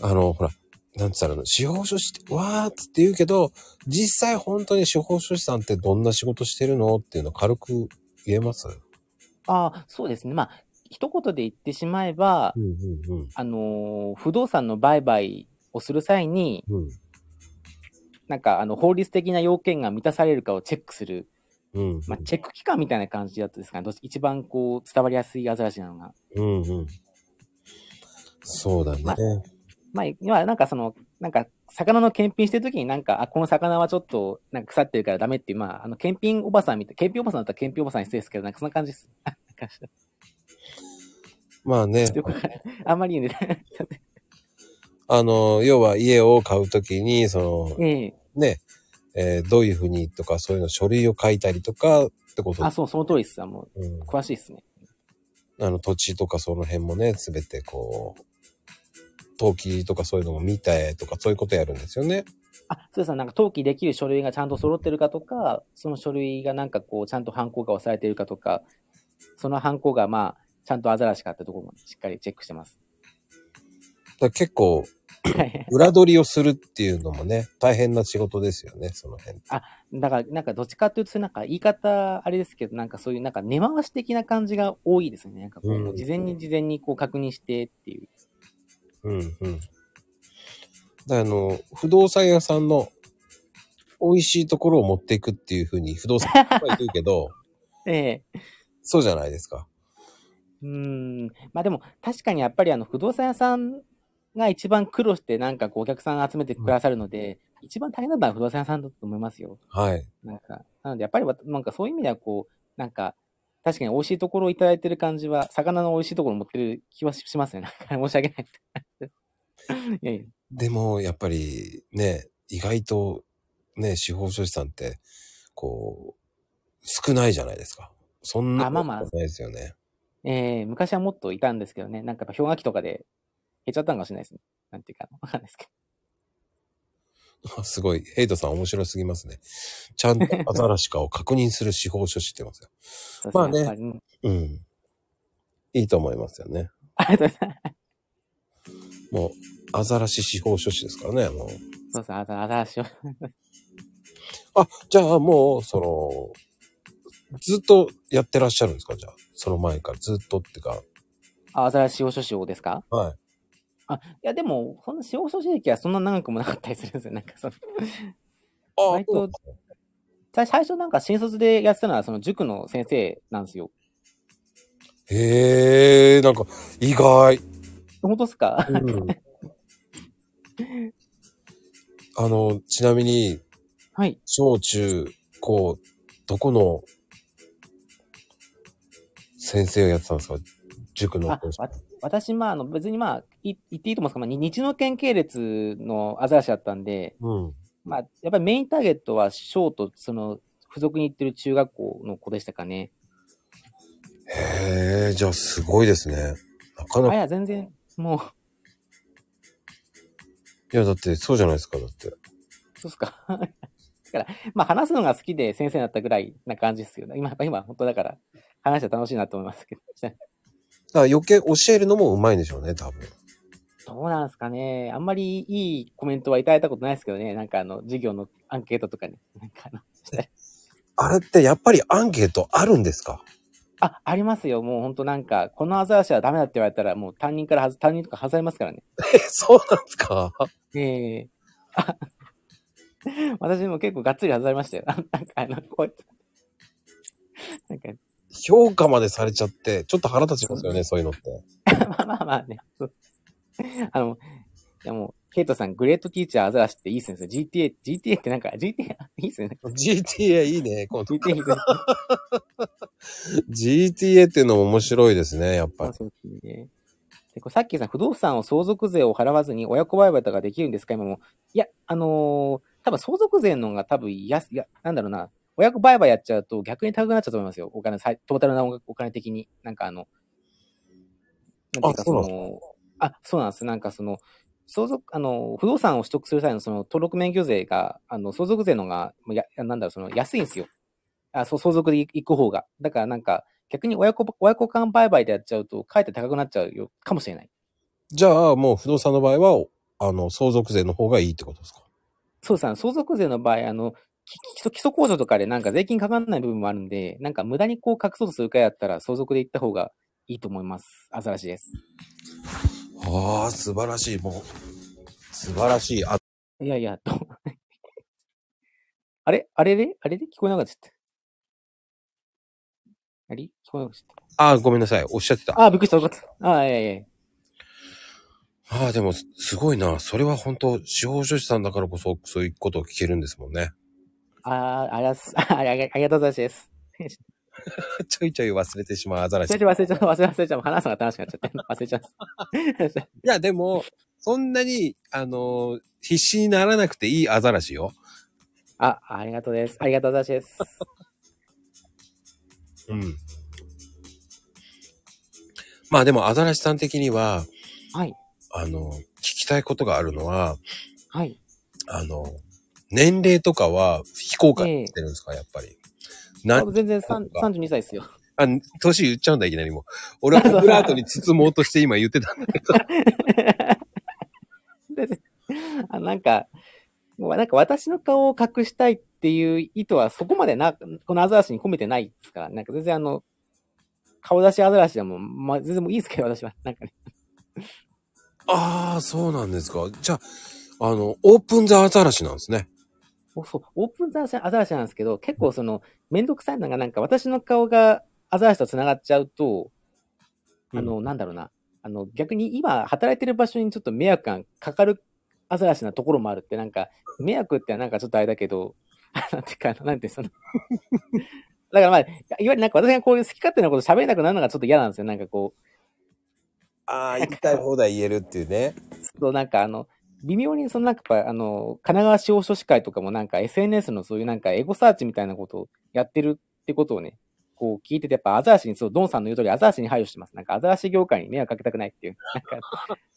S1: あの、ほら、なんつったらいいの、司法書士って、わーっつって言うけど、実際本当に司法書士さんってどんな仕事してるのっていうの軽く言えます
S2: あ、そうですね。まあ、一言で言ってしまえば
S1: う、んうんうん。
S2: あのー不動産の売買をする際に、
S1: うん。
S2: なんかあの法律的な要件が満たされるかをチェックする、
S1: うん。
S2: まあ、チェック機関みたいな感じだったですかね。どうし一番こう伝わりやすいアザラシなのが。
S1: うんうん。そうだね。
S2: まあまあ、要はなんかその、なんか魚の検品してるときになんか、あ、この魚はちょっとなんか腐ってるからダメっていう、まあ、あの検品おばさんみたい、検品おばさんだったら検品おばさんに失礼ですけど、なんかそんな感じです。なんか
S1: まあね、
S2: よくわかんないあんまり言うね。
S1: あの、要は家を買うときに、その、
S2: ええ
S1: ね、えーどういうふうにとか、そういうの書類を書いたりとかってこと
S2: あ、そう、その通りです。あも
S1: うん
S2: う、詳しいですね。
S1: あの土地とかその辺もね、すべてこう、登記とかそういうのも見たえとかそういうことやるんですよね。
S2: あ、そうです。なんか登記できる書類がちゃんと揃ってるかとか、その書類がなんかこう、ちゃんと犯行が押されてるかとか、その犯行がまあ、ちゃんとアザラシかってところもしっかりチェックしてます。
S1: だから結構、
S2: はい
S1: 裏取りをするっていうのもね、大変な仕事ですよね、その辺。
S2: だから、なんかどっちかっていうと、なんか言い方あれですけど、なんかそういうなんか根回し的な感じが多いですよね。なんかこ
S1: うん
S2: う、事前に事前にこう確認してっていう。
S1: うんうん。であの、不動産屋さんの美味しいところを持っていくっていうふうに不動産屋さんは言うけど、
S2: ええ
S1: (laughs) そうじゃないですか。
S2: うーん。まあでも、確かにやっぱりあの、不動産屋さんが一番苦労して、なんかこうお客さん集めてくださるので、一番大変なのは不動産屋さんだと思いますよ。
S1: はい。
S2: なんか、なのでやっぱりわ、なんかそういう意味ではこう、なんか、確かに美味しいところをいただいてる感じは、魚の美味しいところを持ってる気はししますね。 (laughs) なんか申し訳ない。いやいや。
S1: でも、やっぱりね、意外とね、司法書士さんって、こう、少ないじゃないですか。そんな
S2: あまあまあ
S1: ことないですよね。 (laughs)
S2: ええ昔はもっといたんですけどね。なんかやっぱ氷河期とかで減っちゃったのかもしれないですね。なんていうか、わかんないですけど。
S1: すごい。ヘイトさん面白すぎますね。ちゃんとアザラシかを確認する司法書士ってますよ。
S2: そうです
S1: まあね
S2: やっぱりうん
S1: うん。いいと思いますよね。
S2: ありがとうございます。
S1: もう、アザラシ司法書士ですからね。もう
S2: そうそう、あざ、あざしを。
S1: あ、じゃあもう、その、ずっとやってらっしゃるんですかじゃあ。その前からずっとってか。
S2: あ、あざらしお書士をですか
S1: はい。
S2: いや、でも、そんな、司法書士歴はそんな長くもなかったりするんですよ。なんかその、
S1: あ
S2: 割と
S1: そうなの
S2: 最最初なんか新卒でやってたのは、その塾の先生なんですよ。
S1: へえ、なんか、意外。
S2: 本当っすか
S1: うんあの、ちなみに、
S2: はい。
S1: 小中高どこの先生をやってたんですか塾の
S2: あ
S1: 講師
S2: わ私、まあ、あの、別にまあ、い言っていいと思うんですけど、まあ、に日の県系列のアザラシだったんで、
S1: うん
S2: まあ、やっぱりメインターゲットは、小と、その、付属に行ってる中学校の子でしたかね。
S1: へえじゃあすごいですねなかな
S2: あ、
S1: か
S2: い
S1: い
S2: や、全然、もう、 (laughs) そ
S1: やだってそうじゃないですかだって
S2: うっすか。 (laughs) だから、まあ、話すのが好きで先生になったぐらいな感じですけど、今、やっぱ今、本当だから、話して楽しいなと思いますけど。 (laughs)
S1: だから余計教えるのもうまいんでしょうね多分
S2: どうなんですかね。あんまりいいコメントはいただいたことないですけどね。なんかあの、授業のアンケートとかに。 (laughs) なんかあの、して
S1: あれってやっぱりアンケートあるんですか
S2: あ、ありますよ。もうほんとなんか、このアザラシはダメだって言われたら、もう担任からはず、担任とか外されますからね。
S1: え (laughs) そうなんですか
S2: え (laughs) えあ私も結構がっつり外されましたよ。 (laughs) なんかあの、こうやって。なんか、
S1: 評価までされちゃってちょっと腹立ちますよねそういうのって
S2: まあまあまあね。そうあの、いやもう、ケイトさん、グレートティーチャーアザラシっていいっすね。GTA、GTA ってなんか、GTA、いいっ (laughs) すね。
S1: GTA いいね今度
S2: GTA いいっすね。
S1: GTA っていうのも面白いですねやっぱり
S2: そうですね。でこれさっきさ、不動産を相続税を払わずに親子売買とかできるんですか今も。いや、あのー多分相続税の方が多分安、いや、なんだろうな。親子売買やっちゃうと逆に高くなっちゃうと思いますよ。お金、さいトータルなおお金的に。なんかあの、なんて
S1: あ
S2: い
S1: そうなん
S2: うかその、あ、そうなんです。なんかその、相続、あの、不動産を取得する際のその登録免許税が、あの、相続税の方が、もうや、なんだろう、その安いんですよ。あ、そう、相続で行く方が。だからなんか、逆に親子、親子間売買でやっちゃうと、かえって高くなっちゃうよ、かもしれない。
S1: じゃあ、もう不動産の場合は、あの、相続税の方がいいってことですか
S2: そうさ、相続税の場合、あの、き基礎基礎控除とかでなんか税金かかんない部分もあるんで、なんか無駄にこう隠そうとするかやったら相続で行った方がいいと思います。アザラシです。
S1: ああ、素晴らしい。もう、素晴らしい。あ、
S2: いやいや、と。 (laughs) あれあれであれで聞こえなかった。あれ聞こえなかった。
S1: あーごめんなさい。おっしゃってた。あ
S2: ああ、びっくりした。よかった。ああ、いやいやいや。
S1: あー、でも、すすごいな。それは本当司法書士さんだからこそ、そういうことを聞けるんですもんね。
S2: ああ、ありがとうございますあありがありがとうございますです。
S1: (laughs) ちょいちょい忘れてしまうアザラシ。
S2: 忘
S1: い
S2: れちゃう忘れちゃう忘れちゃう忘れちゃう。話すのが楽しくなっちゃって。忘れちゃう。
S1: や、でも、そんなに、あのー必死にならなくていいアザラシよ。
S2: (laughs) あ、ありがとうです。ありがとうございます。
S1: うん。まあでも、アザラシさん的には、
S2: はい。
S1: あのー聞きたいことがあるのは、
S2: はい。
S1: あの、年齢とかは非公開してるんですか、やっぱり。な
S2: あ全然さん32歳ですよ。
S1: あ、年言っちゃうんだ、いきなりもう。俺はオブラートに包もうとして今言ってたんだけど。
S2: 全然あなんか、もうなんか私の顔を隠したいっていう意図はそこまでな、このアザラシに込めてないですから、なんか全然あの、顔出しアザラシはもう、まあ、全然もういいですけど、私は。 (laughs) なんかね。
S1: (laughs) ああ、そうなんですか。じゃあ、あの、オープンザアザラシなんですね。
S2: おそう、オープンザアザラシなんですけど、結構その、めんどくさいのがなんか私の顔が、アザラシと繋がっちゃうと、
S1: うん
S2: あの、なんだろうな。あの、逆に今働いてる場所にちょっと迷惑感かかるアザラシなところもあるって、なんか、迷惑ってなんかちょっとあれだけど、 (laughs) なんていうか、なんてその、 (laughs) だからまあ、いわゆるなんか私がこういう好き勝手なこと喋れなくなるのがちょっと嫌なんですよ。なんかこ
S1: ああ、言いたい放題言えるっていうね。
S2: う、ちょっとなんかあの、微妙にそのなんかやっぱ、あの、神奈川司法書士会とかもなんか SNS のそういうなんかエゴサーチみたいなことをやってるってことをね、こう聞いてて、やっぱアザラシに、そう、ドンさんの言う通りアザラシに配慮してます。なんかアザラシ業界に迷惑かけたくないっていう。 (laughs) なんか、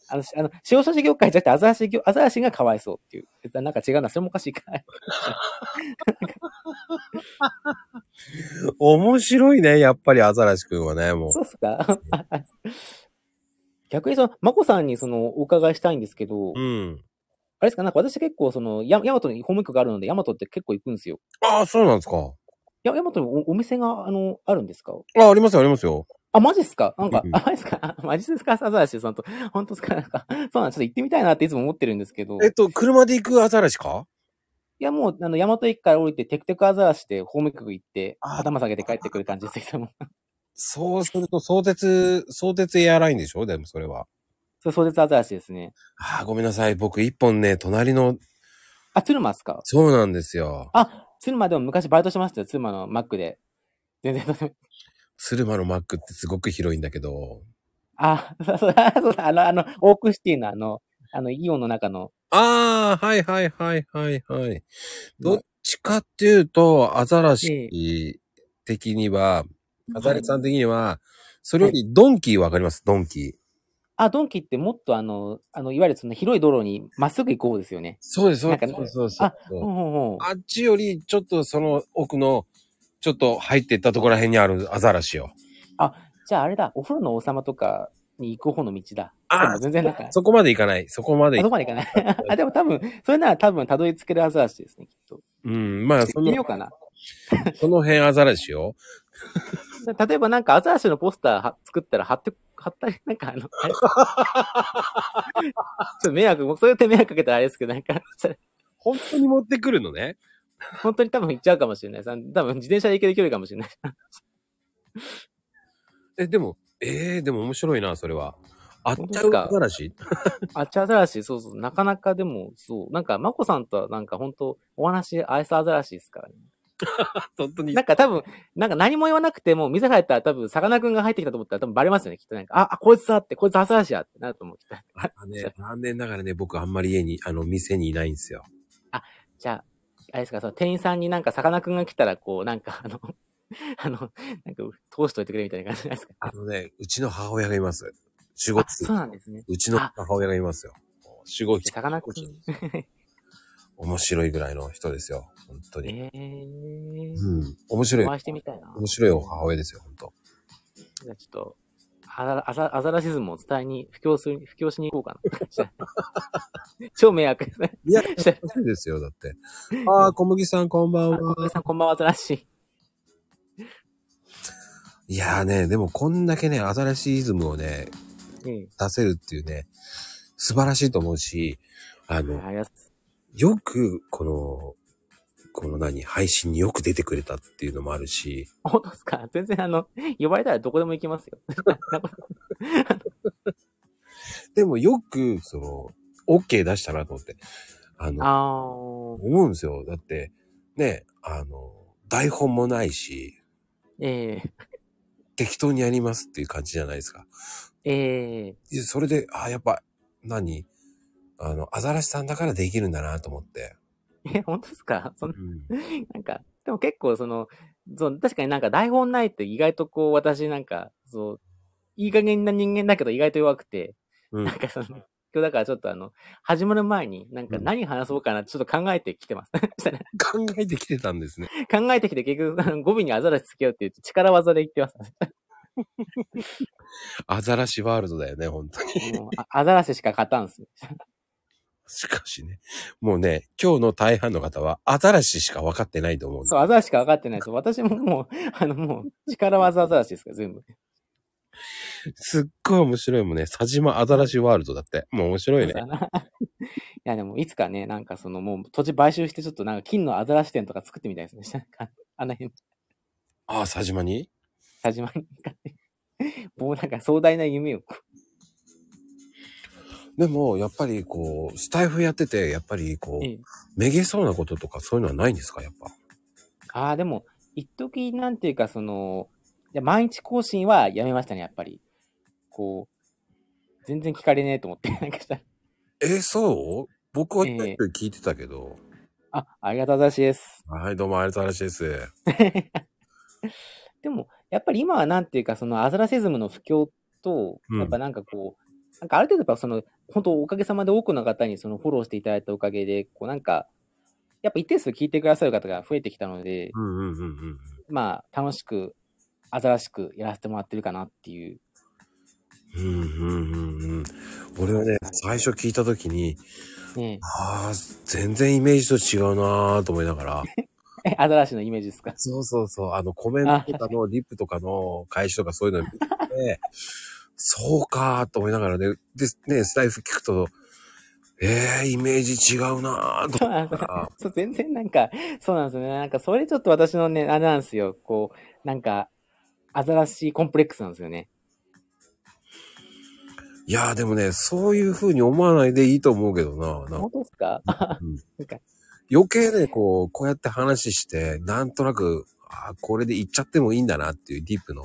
S2: あの、 (laughs) あの司法書士業界じゃなくてアザラシ業、アザラシがかわいそうっていう。絶対なんか違うな、それもおかしいから。 (laughs)
S1: 面白いね、やっぱりアザラシくんはね、もう。
S2: そうっすか (laughs) 逆にその、まこさんにその、お伺いしたいんですけど、あ
S1: うん。
S2: れですか、なんか私結構その、ヤヤマトに法務局があるので、ヤマトって結構行くんですよ。
S1: ああ、そうなんですか。
S2: やヤマトにおお店が、あの、あるんですか
S1: あ、ありますよ、ありますよ。
S2: あ、マジっすかなんか
S1: う、ん
S2: あ、マジっすかあマジですかサザエシさんと。本当っすか (laughs) なんか、そうなん、ちょっと行ってみたいなっていつも思ってるんですけど。
S1: えっ
S2: い
S1: と、車で行くアザラシか
S2: や、もう、あの、ヤマト駅から降りて、テクテクアザラシで法務局行って、
S1: あ
S2: 頭下げて帰ってくる感じですけども。 (laughs)
S1: そうすると、相鉄、相鉄エアラインでしょでもそれは。
S2: そう、壮絶アザラシですね。
S1: ああ、ごめんなさい。僕、一本ね、隣の、
S2: あ、鶴間っすか
S1: そうなんですよ。
S2: あ、鶴間でも昔バイトしてましたよ。鶴間のマックで。全然、
S1: 鶴間のマックってすごく広いんだけど。
S2: あ、そうそうあそうだ、あの、あの、オークシティのあの、あの、イオンの中の、
S1: ああ、はいはいはいはいはい。どっちかっていうと、アザラシ的には、アザラシさん的には、それよりドンキーわかりますドンキー。
S2: あ、ドンキってもっとあの、あの、いわゆるその広い道路にまっすぐ行こうですよね。
S1: そうです、そう
S2: なん
S1: で
S2: か
S1: す
S2: ね
S1: そうです。そうです
S2: あほうほうほう。
S1: あっちより、ちょっとその奥の、ちょっと入っていったところら辺にあるアザラシよ。
S2: じゃああれだ、お風呂の王様とかに行く方の道だ。で
S1: あ
S2: も全然なんか、あ
S1: そこまで行かない。そこまで
S2: そ
S1: 行
S2: こ
S1: か
S2: まで行かない。 (laughs) あ、でも多分、それなら多分たどり着けるアザラシですね、きっと。
S1: うん、まあ、そ
S2: 行ってみよ
S1: の
S2: う、かな。
S1: その辺アザラシよ。
S2: 例えばなんかアザラシのポスターは作ったら貼って、貼ったり、なんかあの、あれちょっと迷惑、もうそうやって迷惑かけたらあれですけど、なんか、
S1: 本当に持ってくるのね。
S2: 本当に多分行っちゃうかもしれない。さ多分自転車で行ける距離かもしれない。
S1: え、でも、ええでも面白いな、それは。あっ
S2: 本
S1: ち
S2: 当で
S1: ゃ
S2: す
S1: う
S2: か
S1: アザラシ
S2: (laughs) あちゃアザラシ、そうそう、なかなかでも、そう、なんか、まこさんとはなんか本当、お話、アイスアザラシですからね。
S1: 本当に
S2: なんか多分、なんか何も言わなくても、店入ったら多分、さかなクンが入ってきたと思ったら多分バレますよね、きっとなんか。あ、あこいつだって、こいつアザラシやってなると思う。きっと
S1: あね、残念ながらね、僕あんまり家に、あの、店にいないんですよ。
S2: じゃあ、あれですか、その店員さんになんかさかなクンが来たら、こう、なんか、 (laughs) あの、あの、なんか、通しといてくれみたいな感じじゃないですか。
S1: あのね、うちの母親がいます。守護
S2: あ、
S1: 室
S2: そう。なんですね。
S1: うちの母親がいますよ。守護室。
S2: さかなクン。
S1: 面白いぐらいの人ですよ。本当に。
S2: ええー。
S1: うん。面白い
S2: お。会いしてみたいな。
S1: 面白いお母親ですよ、本当。
S2: じゃあちょっと、アザアザアザラシズムを伝えに、布教する、布教しに行こうかな。 (laughs) 超迷惑。
S1: いや、
S2: し
S1: 面白いですよ、だって。 (laughs) ああ、小麦さんこんばん
S2: あ小
S1: は。
S2: 林さん、こんばんは、アザラシ。
S1: いやーね、でもこんだけね、新しいイズムをね、
S2: うん。
S1: 出せるっていうね、素晴らしいと思うし、あの、
S2: ありがとう
S1: よく、この、この何、配信によく出てくれたっていうのもあるし、
S2: (laughs) 本当ですか全然、あの、呼ばれたらどこでも行きますよ。
S1: でもよく、その、OK 出したなと思って、あの、
S2: あー、
S1: 思うんですよ。だって、ね、あの、台本もないし、
S2: え
S1: 適当にやりますっていう感じじゃないですか。
S2: えええ
S1: いやそれで、あ、やっぱ、何あの、アザラシさんだからできるんだなと思って。
S2: え、本当ですかそん
S1: うん
S2: なんか、でも結構その、そう、確かになんか台本ないって意外とこう、私なんか、そう、いい加減な人間だけど意外と弱くて、
S1: うん
S2: なんかその、今日だからちょっとあの、始まる前に、なんか
S1: うん
S2: 何話そうかなってちょっと考えてきてます。 (laughs)
S1: 考えてきてたんですね。
S2: 考えてきて結局、あの語尾にアザラシつけようっていう力技で言ってます。
S1: アザラシワールドだよね、本当に。
S2: もうあアザラシしか勝たんすよ。
S1: しかしね、もうね、今日の大半の方は、アザラシしか分かってないと思うんです
S2: そう、アザラシしか分かってないです。私ももう、 (laughs) あのもう、力技アザラシですから、全部。
S1: すっごい面白いもんね、サジマアザラシワールドだって。もう面白いね。
S2: (laughs) いや、でも、いつかね、なんかその、もう土地買収して、ちょっと (laughs) なんか金のアザラシ店とか作ってみたいですね。あの辺、
S1: ああ、サジマに
S2: 佐島に向かって、 (laughs) もうなんか壮大な夢を。
S1: でも、やっぱりこう、スタイフやってて、やっぱりこう、
S2: ええ
S1: めげそうなこととかそういうのはないんですかやっぱ。
S2: ああ、でも、一時なんていうか、その、いや毎日更新はやめましたね、やっぱり。こう、全然聞かれねえと思って、なんかした。
S1: えーそう僕は
S2: ええ
S1: 聞いてたけど。
S2: あ、ありがとうございますです。
S1: はい、どうもありがとうございます。
S2: でも、やっぱり今はなんていうか、そのアザラシズムの不況と、
S1: うん
S2: やっぱなんかこう、なんかある程度やっぱその、本当おかげさまで多くの方にそのフォローしていただいたおかげで、こうなんか、やっぱ一定数聞いてくださる方が増えてきたので、
S1: うんうんうんうん。
S2: まあ、楽しく、アザラしくやらせてもらってるかなっていう。
S1: うんうんうんうん。俺はね、最初聞いたときに、
S2: ね (laughs)
S1: ああ、全然イメージと違うなーと思いながら。
S2: え、えアザラシのイメージですか (laughs)
S1: そうそうそう、あのコメントとかのリップとかの返しとかそういうの見てて、そうかーと思いながらね、で、ね、スタイフ聞くと、えー、イメージ違うなーと
S2: そう
S1: 思
S2: なん
S1: いな
S2: です
S1: がら。
S2: そう全然なんか、そうなんですよね。なんか、それちょっと私のね、あれなんですよ。こう、なんか、アザラシコンプレックスなんですよね。
S1: いやーでもね、そういう風に思わないでいいと思うけどな。なんか
S2: 本当ですか (laughs)
S1: 余計ね、こう、こうやって話して、なんとなく、あーこれで行っちゃってもいいんだなっていうディープの。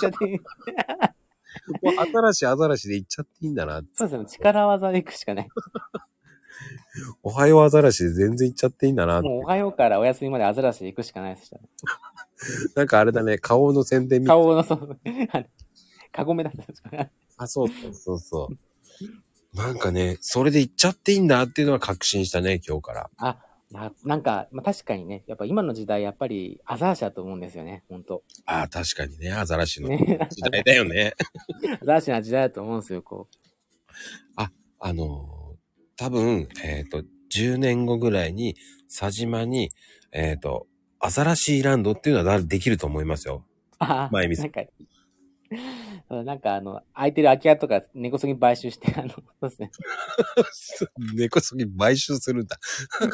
S2: ちょっと
S1: もう新しい新しいで行っちゃっていいんだな。
S2: そうですね。力技でいくしかない。
S1: おはよう新しいで全然行っちゃっていいんだなって。
S2: もう、おはようからお休みまでアザラシでいくしかないですよね。
S1: なんかあれだね、顔の宣伝みたい。
S2: 顔の、そう、あのカゴメだったんですかね。 (laughs)
S1: あ、そうそうそうそう。なんかね、それで行っちゃっていいんだっていうのは確信したね、今日から。
S2: いやなんか、まあ、確かにね、やっぱ今の時代、やっぱりアザラシだと思うんですよね。本当
S1: ああ、確かにね、アザラシの
S2: ね
S1: 時代だよね。
S2: (laughs) アザラシな時代だと思うんですよ、こ
S1: あのー、多分、えっ、と、10年後ぐらいに、佐島に、えっ、と、アザラシランドっていうのはできると思いますよ。
S2: う。ああ、
S1: 前見せ
S2: なんか、 (laughs) なんかあの、空いてる空き家とか根こそぎ買収して、あ (laughs) の、そうですね。
S1: (laughs) 根こそぎ買収するんだ。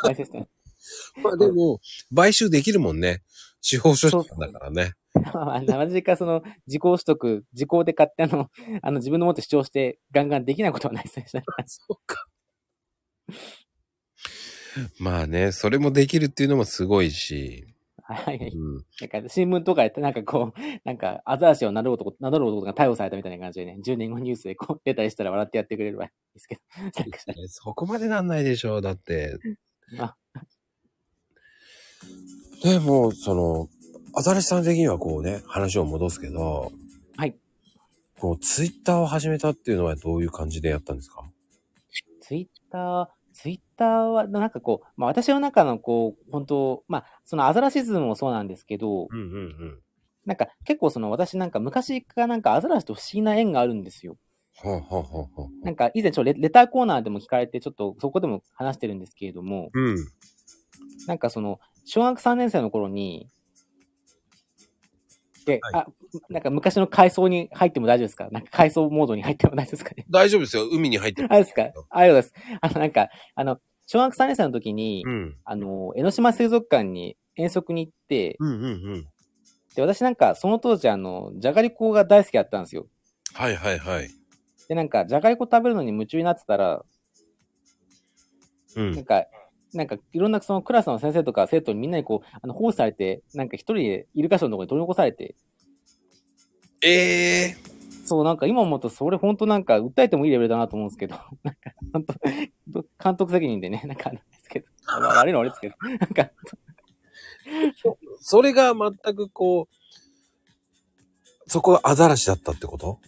S2: 買収して (laughs)
S1: まあでも、買収できるもんね。司法書士さんだからね。
S2: まあ、なぜかその、時効取得、時効で買って、あの、あの自分の持って主張して、ガンガンできないことはないですね。 (laughs)
S1: そうか。まあね、それもできるっていうのもすごいし。
S2: は
S1: う
S2: い。
S1: ん、
S2: なんか新聞とかで、なんかこう、 (laughs) なんか、アザラシを名乗る男、名乗る男が逮捕されたみたいな感じでね、10年後ニュースでこう出たりしたら笑ってやってくれればいい (laughs) ですけど。なんか
S1: そこまでなんないでしょう。だって
S2: あ。
S1: でも、その、新しさん的にはこうね、話を戻すけど。
S2: はい。
S1: こう、ツイッターを始めたっていうのはどういう感じでやったんですか
S2: ツイッター、ツイッターは、なんかこう、まあ私の中のこう、本当まあ、そのアザラシズムもそうなんですけど、
S1: うんうんうん。
S2: なんか結構その私なんか昔からなんかアザラシと不思議な縁があるんですよ。
S1: ほうほうほうほう。
S2: なんか以前ちょっとレレターコーナーでも聞かれて、ちょっとそこでも話してるんですけれども、
S1: うん。
S2: なんかその、小学3年生の頃に、で、
S1: はい
S2: あ、なんか昔の階層に入っても大丈夫ですかなんか階層モードに入っても大丈夫ですかね (laughs)
S1: 大丈夫ですよ。海に入ってる
S2: あれですかあれです。 (laughs) あの、なんか、あの、小学3年生の時に、
S1: うん。
S2: あの、江ノ島水族館に遠足に行って、
S1: うんうんうん。
S2: で、私なんかその当時あの、じゃがりこが大好きだったんですよ。
S1: はいはいはい。
S2: で、なんか、じゃがりこ食べるのに夢中になってたら、
S1: う
S2: なん
S1: ん。
S2: か、なんか、いろんなそのクラスの先生とか生徒にみんなにこう、あの、放置されて、なんか一人でイルカショーのとこに取り残されて、
S1: ええ
S2: そう、なんか今思うと、それ本当なんか、訴えてもいいレベルだなと思うんですけど、 (laughs) なんか、本当監督責任でね、なんかあれですけど、あまあ悪いのは悪いですけど、なんか、
S1: それが全くこう、そこがアザラシだったってこと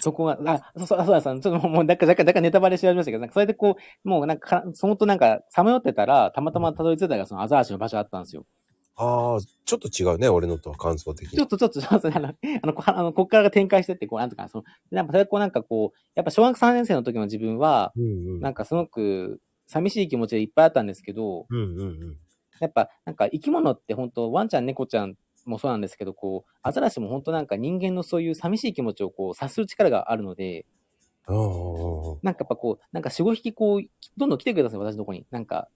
S2: そこが、あ、そうそう、あそうだ、そうだ、ちょっともう、なんか、若干、若干ネタバレしちゃいましたけど、なんか、それでこう、もうなんかか、そのとなんか、さまよってたら、たまたまたどり着いたのが、そのアザラシの場所だったんですよ。
S1: ああ、ちょっと違うね、俺のとは感想的
S2: ちょ
S1: に。
S2: っと、ちょっと、ちょっと、あの、あの、こあのこっからが展開してって、こう、なんとか、その、なんか、それこうなんかこう、やっぱ小学3年生の時の自分は、
S1: うんうん。
S2: なんかすごく、寂しい気持ちでいっぱいあったんですけど、
S1: うんうんうん。
S2: やっぱなんか生き物って本当ワンちゃん猫ちゃんもそうなんですけどこうアザラシも本当なんか人間のそういう寂しい気持ちをこう察する力があるので
S1: ああ、
S2: なんかやっぱこうなんか45匹こうどんどん来てくれたんですよ私のとこになんか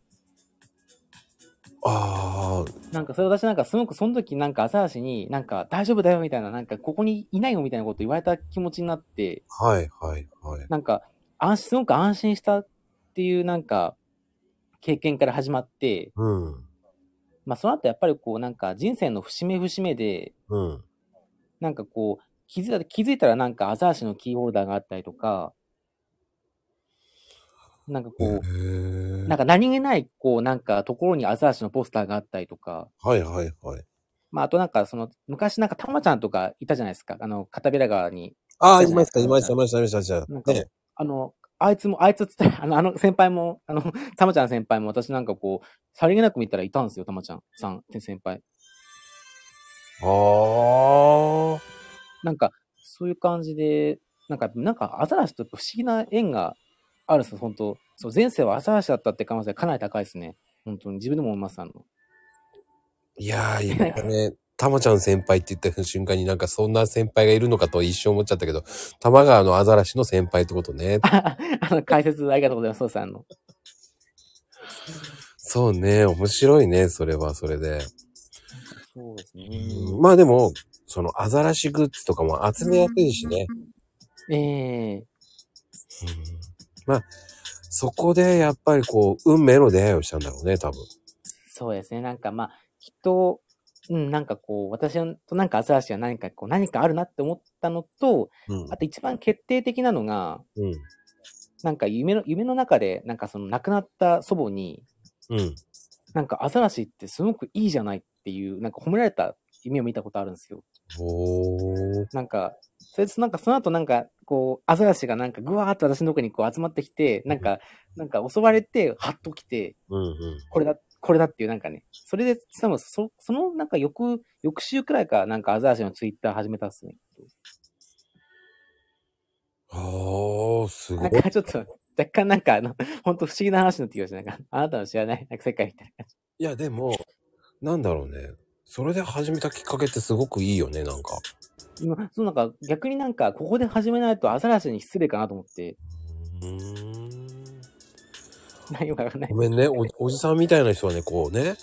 S1: ああ、
S2: なんかそれ私なんかすごくその時なんか朝橋になんか大丈夫だよみたいな、なんかここにいないよみたいなこと言われた気持ちになって、
S1: はいはいはい。
S2: なんか安心、すごく安心したっていうなんか経験から始まって、
S1: うん、
S2: まあその後やっぱりこうなんか人生の節目節目で、
S1: うん。
S2: なんかこう気づいた気づいたらなんか朝橋のキーホルダーがあったりとか、なんかこう、
S1: へえ
S2: なん。か何気ないこうなんかところに朝橋のポスターがあったりとか、
S1: はいはいはい。
S2: まあ、あとなんか、その、昔なんか、たまちゃんとかいたじゃないですか。あの、片べら川に。
S1: ああ、
S2: じゃ
S1: い
S2: な
S1: ま
S2: い
S1: した、いました、いました、いました、い
S2: なん
S1: ま
S2: か
S1: した。ね。
S2: あの、あいつも、あいつっつった (laughs) ら、あの、あの先輩も、あの、たまちゃん先輩も、私なんかこう、さりげなく見たらいたんですよ、たまちゃんさん、先輩。
S1: ああ。
S2: なんか、そういう感じで、なんか、なんか、アザラシと不思議な縁があるんですよ、本当そう、前世はアザラシだったって可能性かなり高いですね。本当に、自分でも思います、あの。
S1: いやー、 (laughs) 今ね、たまちゃん先輩って言った瞬間になんかそんな先輩がいるのかと一瞬思っちゃったけど、玉川のアザラシの先輩ってことね。
S2: あの、解説ありがとうございます、そうさんの。
S1: そうね、面白いね、それはそれで。
S2: そうですね。
S1: まあでも、そのアザラシグッズとかも集めやすいしね。
S2: ええ
S1: まあ、そこでやっぱりこう、運命の出会いをしたんだろうね、多分。
S2: そうですね。なんかまあ、きっと、うん、なんかこう、私となんかアザラシは何かこう、何かあるなって思ったのと、
S1: うん
S2: あ。と一番決定的なのが、
S1: うん。
S2: なんか夢の、夢の中で、なんかその亡くなった祖母に、
S1: うん。
S2: なんかアザラシってすごくいいじゃないっていう、なんか褒められた夢を見たことあるんですよ。
S1: おー。
S2: なんか、それでなんかその後なんか、こう、アザラシがなんかぐわーっと私のとこにこう集まってきて、なんか、なんか襲われて、ハッときて、
S1: うんうん。
S2: これだ、これだっていうなんかね、それで、しかもそ、そのなんか翌、翌週くらいからなんかアザラシのツイッター始めたっすね。
S1: あー、すご
S2: ないん。かちょっと、若干なんかあの、ほんと不思議な話になってきました。なんか、あなたの知らないなんか世界みたいな。
S1: いや、でも、なんだろうね。それで始めたきっかけってすごくいいよね、なんか。
S2: 今そうなんか逆になんか、ここで始めないとアザラシに失礼かなと思って、
S1: うーん。
S2: 内容がわかんない
S1: ご。めんねお、おじさんみたいな人はね、こうね、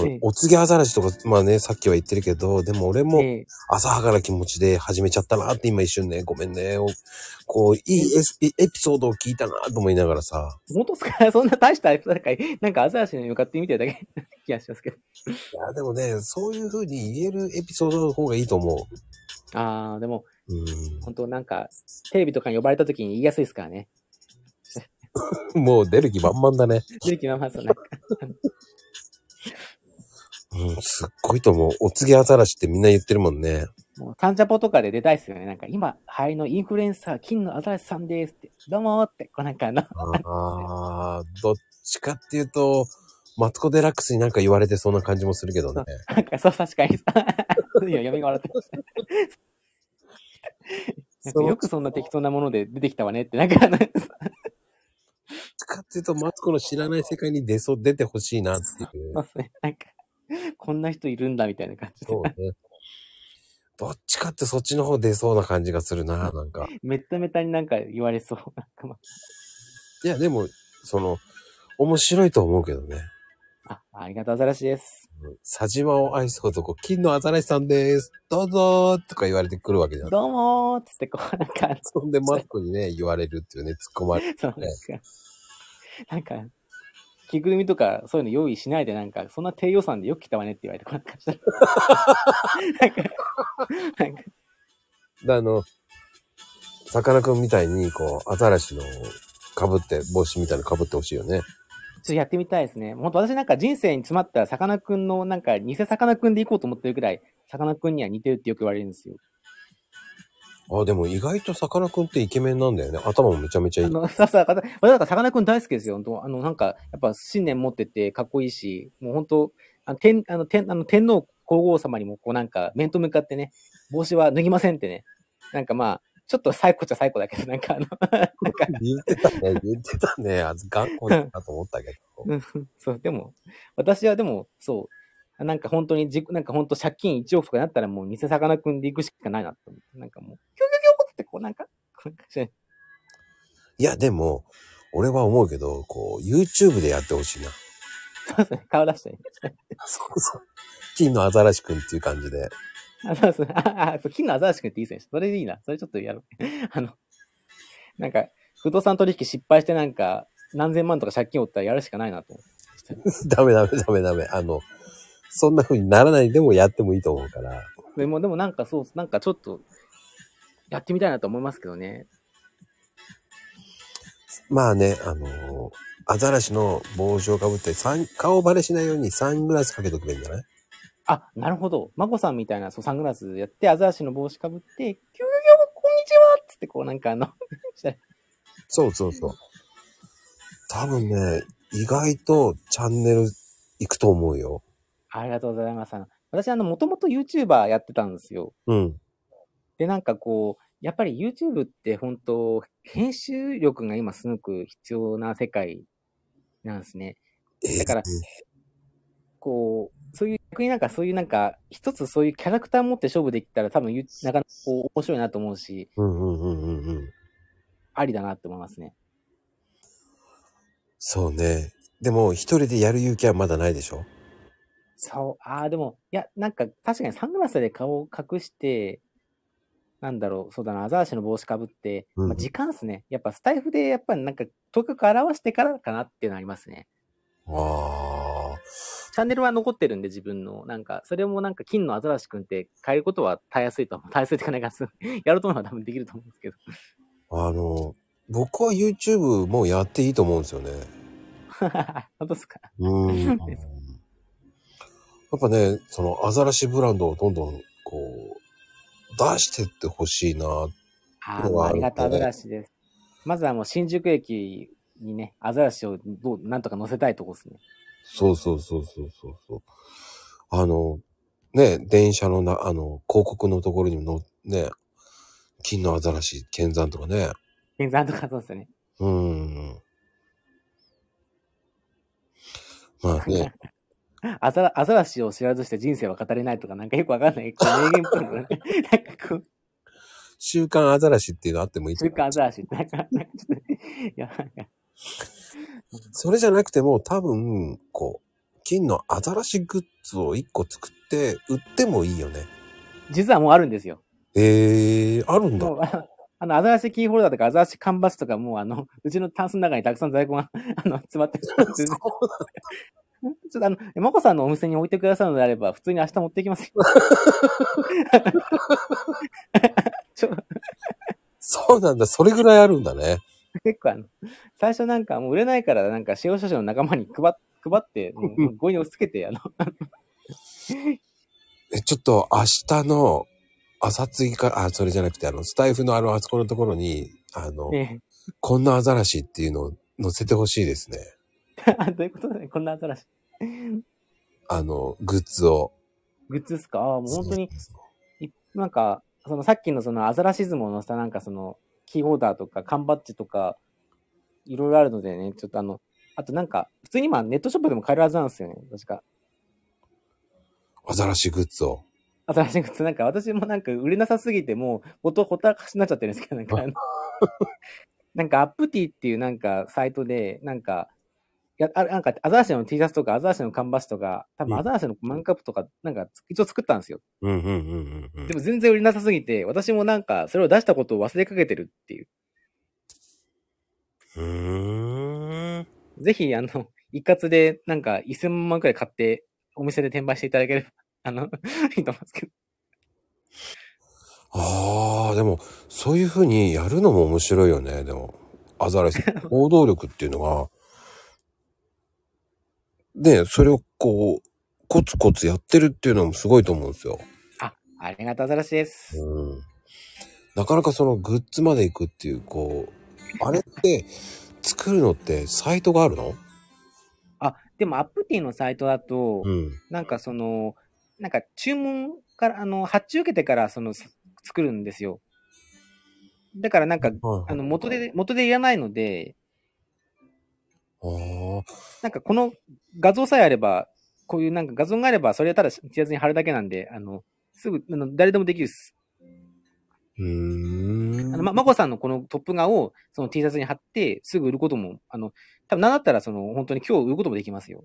S2: ええ
S1: おお告げアザラシとか、まあね、さっきは言ってるけど、でも俺も
S2: ええ
S1: 浅はかな気持ちで始めちゃったなって今一瞬ね、ごめんね、おこう、いいエスエピソードを聞いたなと思いながらさ、
S2: 本当っすか (laughs) そんな大した、なんか、なんかアザラシに向かって見てるだけ気がしますけど。
S1: いや、でもね、そういう風に言えるエピソードの方がいいと思
S2: あー、でも、
S1: う。う
S2: 本当なんか、テレビとかに呼ばれた時に言いやすいですからね。
S1: ん。もう出る気満々だね。
S2: 出る気ままそうなんか。
S1: うん、すっごいと思う。お告げアザラシってみんな言ってるもんね。
S2: もう、サンジャポとかで出たいっすよね。なんか、今、流行りのインフルエンサー、金のアザラシさんですって、どうもーって、こうなんかあの、
S1: ああ、どっちかっていうと、マツコ・デラックスになんか言われてそうな感じもするけどね。
S2: なんか、そう、確かに、そういうの読みが笑ってました。なんか
S1: そう
S2: よくそんな適当なもので出てきたわねって、なんかあの、
S1: どっちかっていうと、マツコの知らない世界に出そう、出てほしいなっていう。
S2: そうっすねなんか、こんな人いるんだみたいな感じで、
S1: そうね。どっちかってそっちの方出そうな感じがするな、なんか。
S2: めっためたになんか言われそう。なんかま
S1: いや、でも、その、面白いと思うけどね。
S2: あ、あありがとうアザラシです。
S1: 佐島を愛す男、金のアザラシさんです。どうぞーとか言われてくるわけじゃん。
S2: どうもーっつって、こう、なんか、
S1: そんでマツコにね、言われるっていうね、突っ込まれる。
S2: そうなんか、なんか、着ぐるみとかそういうの用意しないで、なんか、そんな低予算でよく来たわねって言われて、こんな感じだなんか、なんか、
S1: で、あの、さかなクンみたいに、こう、アザラシの被って、帽子みたいなの被ってほしいよね。
S2: ちょっとやってみたいですね。本当私なんか人生に詰まったら、さかなクンの、なんか、偽さかなクンで行こうと思ってるくらい、さかなクンには似てるってよく言われるんですよ。
S1: あ、でも意外とさかなクンってイケメンなんだよね。頭もめちゃめちゃい
S2: あ
S1: い。
S2: の、さ、さ、私私なんかさかなクン大好きですよ。本当あの、なんか、やっぱ信念持ってて、かっこいいし、もう本当あの、天、あの、天、あの、天皇皇后様にも、こうなんか、面と向かってね、帽子は脱ぎませんってね。なんかまあ、ちょっと最高っちゃ最高だけど、なんかあの、 (laughs) なんか、
S1: 言ってたね、言ってたね。あ頑固だなと思ったけど。
S2: うんそう、でも、私はでも、そう、なんか本当に自己、なんか本当借金1億とかになったらもう偽さかなクンで行くしかないなって思って、なんかもう、キョキョキョってこうなんか、こうなんかして
S1: いや、でも、俺は思うけど、こう、YouTube でやってほしいな。
S2: そうですね。顔出してね。
S1: そうそう。金のアザラシくんっていう感じで。
S2: あ、そうそう。あ、あそう、金のアザラシ君っていい選手。それでいいな。それちょっとやろう。 (laughs) あの、なんか、不動産取引失敗してなんか、何千万とか借金負ったらやるしかないなと思って。
S1: ダメダメダメダメ。あの、そんな風にならないでもやってもいいと思うから。
S2: でも、でもなんかそう、なんかちょっと、やってみたいなと思いますけどね。
S1: まあね、あの、アザラシの帽子をかぶって、サン顔バレしないようにサングラスかけとけばいいんじゃない
S2: あ、なるほど。まこさんみたいな、そう、サングラスやって、アザラシの帽子かぶって、ぎょぎょぎょこんにちはっつって、こう、なんかあの、したら
S1: そうそうそう。多分ね、意外とチャンネル行くと思うよ。
S2: ありがとうございます。あの私、あの、もともと YouTuber やってたんですよ。
S1: うん。
S2: で、なんかこう、やっぱり YouTube って本当、編集力が今すごく必要な世界なんですね。
S1: え
S2: だからこう、そういう、逆になんかそういうなんか、一つそういうキャラクター持って勝負できたら多分、ゆなかなかこう面白いなと思うし、
S1: うんうんうんうんうん。
S2: ありだなって思いますね。
S1: そうね。でも、一人でやる勇気はまだないでしょ
S2: そう、ああ、でも、いや、なんか確かにサングラスで顔を隠して、なんだろう、そうだな、アザラシの帽子かぶって、
S1: うん
S2: まあ、時間っすね。やっぱスタイフで、やっぱりなんか、とにかく表してからかなっていうのありますね。
S1: ああ。
S2: チャンネルは残ってるんで、自分の。なんか、それもなんか、金のアザラシ君って変えることは耐えやすいと思う。 (laughs) 耐えやすいってかなんかす、やると思えば多分できると思うんですけど。 (laughs)
S1: あの、僕は YouTube もやっていいと思うんですよね。
S2: 本当ですか
S1: うん。や
S2: そう
S1: っ
S2: です
S1: ぱね、そのアザラシブランドをどんどんこう、出してってほしいな。
S2: あ
S1: そ
S2: ー
S1: う
S2: もうありが
S1: あ
S2: たア
S1: るね
S2: ザラシです。まずはもう新宿駅にね、アザラシをどうなんとか乗せたいとこですね。
S1: そうそうそうそうそうそう。あの、ね、電車のな、あの、広告のところにもの、ね、金のアザラシ、剣山とかね。
S2: 天山とかそうですよね。
S1: うん。まあね、
S2: アザラアザラシを知らずして人生は語れないとか、なんかよくわかんない。こう名言っぽいのがね (laughs) なんかこう、
S1: 週刊アザラシっていうのあってもいいと
S2: 中
S1: 思う
S2: 華アザラシって、なんか、なんかちょっと、いや、なんか、
S1: それじゃなくても多分、こう、金のアザラシグッズを1個作って売ってもいいよね。
S2: 実はもうあるんですよ。
S1: えー、あるんだ。
S2: もう、あのあの、アザラシキーホルダーとか、アザラシ缶バスとか、もう、あの、うちのタンスの中にたくさん在庫が、 (laughs) あの、詰まってる。 (laughs)
S1: そう
S2: ちょっとあの、マコさんのお店に置いてくださるのであれば、普通に明日持ってきますよ。 (laughs) ちょ
S1: そうなんだ。それぐらいあるんだね。
S2: 結構あの、最初なんかもう売れないから、なんか使用者の仲間に配っ配って、も
S1: (laughs)
S2: う強引に押し付けて、あの、
S1: え、ちょっと明日の朝次から、あ、それじゃなくて、あの、スタイフのあの、あそこのところに、あの、
S2: ね
S1: こんなアザラシっていうのを載せてほしいですね。
S2: え、 (laughs) あどういうことだね、こんなアザラシ。
S1: あの、グッズを。
S2: グッズですかああ、もう本当に、
S1: そう
S2: いなんか、そのさっきのそのアザラシズムを載せたなんかそのキーホルダーとか缶バッジとかいろいろあるのでね、ちょっとあの、あとなんか、普通に今ネットショップでも買えるはずなんですよね、確か。
S1: アザラシグッズを。
S2: アザラシグッズ、なんか私もなんか売れなさすぎてもう元ほったらかしになっちゃってるんですけど、なんかあの、なんかアップティっていうなんかサイトで、なんか、いやあなんかアザラシの T シャツとかアザラシの缶バッジとか、多分アザラシのマンカップとか、なんか一応作ったんですよ。
S1: うんうんうんうんうん
S2: で。も全然売れなさすぎて、私もなんかそれを出したことを忘れかけてるっていう。
S1: うーん。
S2: ぜひ、あの、一括で、なんか、1000万くらい買って、お店で転売していただければ、 (laughs) あの、いいと思うんですけど。
S1: ああ、でも、そういうふうにやるのも面白いよね。でも、アザラ
S2: (laughs)
S1: シ、行動力っていうのが、ね、それをこう、コツコツやってるっていうのもすごいと思うんですよ。
S2: あ、ありがとうざらしです。
S1: うん。なかなかそのグッズまで行くっていう、こう、あれって、作るのってサイトがあるの
S2: あ、でも、アップティのサイトだと、
S1: うん。
S2: なんかその、なんか注文から、あの、発注受けてから、その、す作るんですよ。だからなんか、
S1: はい
S2: あの、元で、元でいらないので、
S1: ああ、
S2: なんかこの画像さえあれば、こういうなんか画像があれば、それはただ T シャツに貼るだけなんで、あの、すぐ、あの誰でもできるっす。
S1: うーん。
S2: あの、ま、まこさんのこのトップ画を、その T シャツに貼って、すぐ売ることも、あの、多分なんだったら、その、本当に今日売ることもできますよ。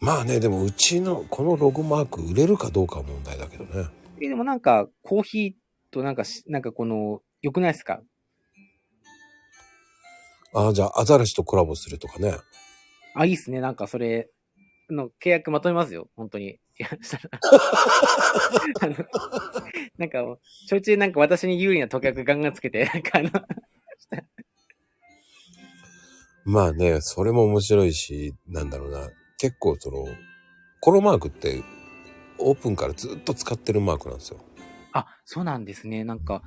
S1: まあね、でもうちのこのロゴマーク売れるかどうかは問題だけどね。
S2: え、でもなんか、コーヒーとなんかし、なんかこの、良くないですか
S1: ああ、じゃあアザラシとコラボするとかね。
S2: あ、いいっすね。なんかそれ、の契約まとめますよ。本当に。いや、したらあのなんか、ちょいちょいなんか私に有利な特約ガンガンつけて、なんかあの、
S1: まあね、それも面白いし、なんだろうな。結構その、このマークってオープンからずっと使ってるマークなんですよ。
S2: あ、そうなんですね。なんか、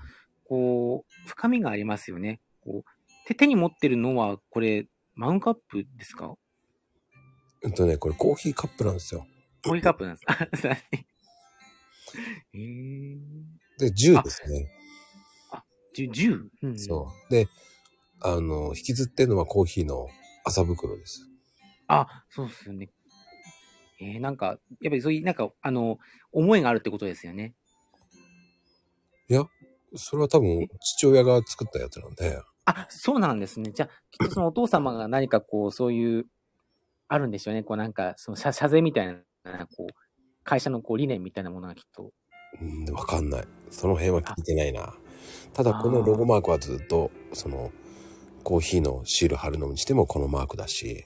S2: こう、深みがありますよね。こう、手手に持ってるのは、これ、マウンカップですか
S1: うんとね、これコーヒーカップなんですよ。
S2: コーヒーカップなんですかすいませんえー、
S1: で、10ですね。
S2: じゅ10、うん、
S1: そう。で、あの、引きずってるのはコーヒーの麻袋です。
S2: あ、そうっすよね。えー、なんか、やっぱりそういう、なんか、あの、思いがあるってことですよね。
S1: それは多分父親が作ったやつなんで、
S2: あ、そうなんですね。じゃあ、きっとそのお父様が何かこう、そういう、あるんでしょうね。こうなんか、その社、社税みたいな、こう、会社のこう理念みたいなものがきっと。
S1: うん、わかんない。その辺は聞いてないな。ただこのロゴマークはずっと、その、コーヒーのシール貼るのにしてもこのマークだし、
S2: え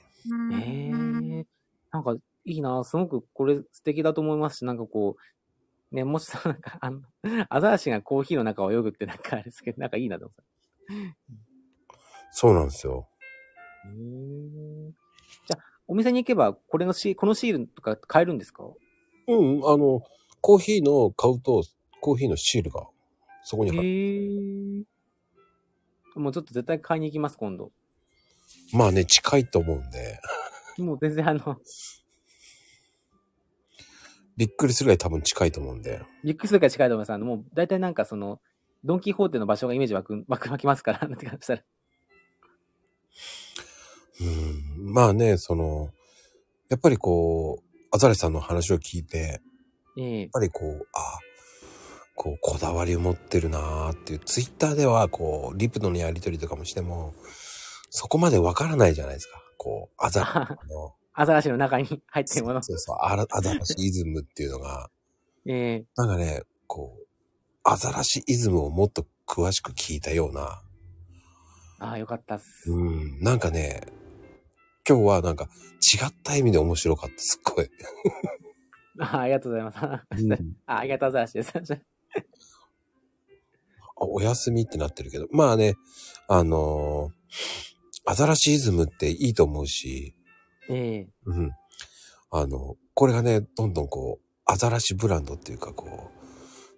S2: えー、なんかいいな、すごくこれ素敵だと思いますし、なんかこう、ね、もしさ、なんか、あの、アザラシがコーヒーの中を泳ぐってなんかあれですけど、なんかいいなと思った。
S1: そうなんですよ。
S2: へーじゃあ、お店に行けば、これのシーこのシールとか買えるんですか
S1: うん、あの、コーヒーの買うと、コーヒーのシールがそこに貼る。
S2: ーもうちょっと絶対買いに行きます、今度。
S1: まあね、近いと思うんで、
S2: もう全然あの、
S1: びっくりするぐらい多分近いと思うんで。
S2: リュックスが近いと思います。あの、もう大体なんかその、ドンキホーテの場所がイメージ湧く、湧く湧きますから、なんて感じしたら。
S1: うん、まあね、その、やっぱりこう、アザレさんの話を聞いて、やっ
S2: ええ
S1: ぱりこう、あこう、こだわりを持ってるなーっていう、ツイッターではこう、リプとのやりとりとかもしても、そこまでわからないじゃないですか。こう、アザレの、
S2: アザラシの中に入ってるもの。
S1: そうそう、あらアザラシイズムっていうのが、
S2: ええ
S1: なんかね、こう、アザラシイズムをもっと詳しく聞いたような、
S2: ああ、よかったっす。
S1: うん、なんかね、今日はなんか違った意味で面白かった、すっごい。
S2: (laughs) ああ、ありがとうございます。ああ、ありがとうアザ
S1: (laughs)
S2: ラシです。
S1: あお休みってなってるけど、まあね、あのーアザラシイズムっていいと思うし、
S2: ええ
S1: うん。あの、これがね、どんどんこう、アザラシブランドっていうかこ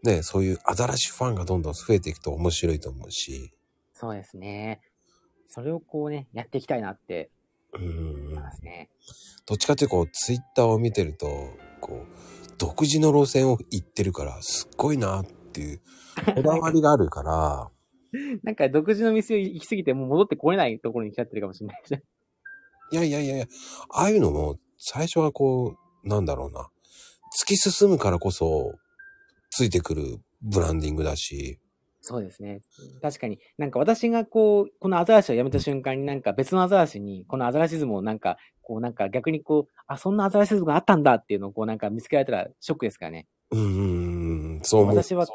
S1: う、ね、そういうアザラシファンがどんどん増えていくと面白いと思うし、
S2: そうですね。それをこうね、やっていきたいなって
S1: うん
S2: 思い。ますね。
S1: どっちかっていうとこう、ツイッターを見てると、こう、独自の路線を行ってるから、すっごいなっていう、こだわりがあるから、
S2: なんか独自の店行き過ぎてもう戻ってこれないところに来ちゃってるかもしれない
S1: (laughs)
S2: し。
S1: いやいやいやいや、ああいうのも、最初はこう、なんだろうな、突き進むからこそ、ついてくるブランディングだし、
S2: そうですね。確かに、なんか私がこう、このアザラシをやめた瞬間になんか別のアザラシに、このアザラシズムをなんか、こうなんか逆にこう、あ、そんなアザラシズムがあったんだっていうのをこうなんか見つけられたらショックですからね。
S1: うんうんうん、そう思う。
S2: 私は、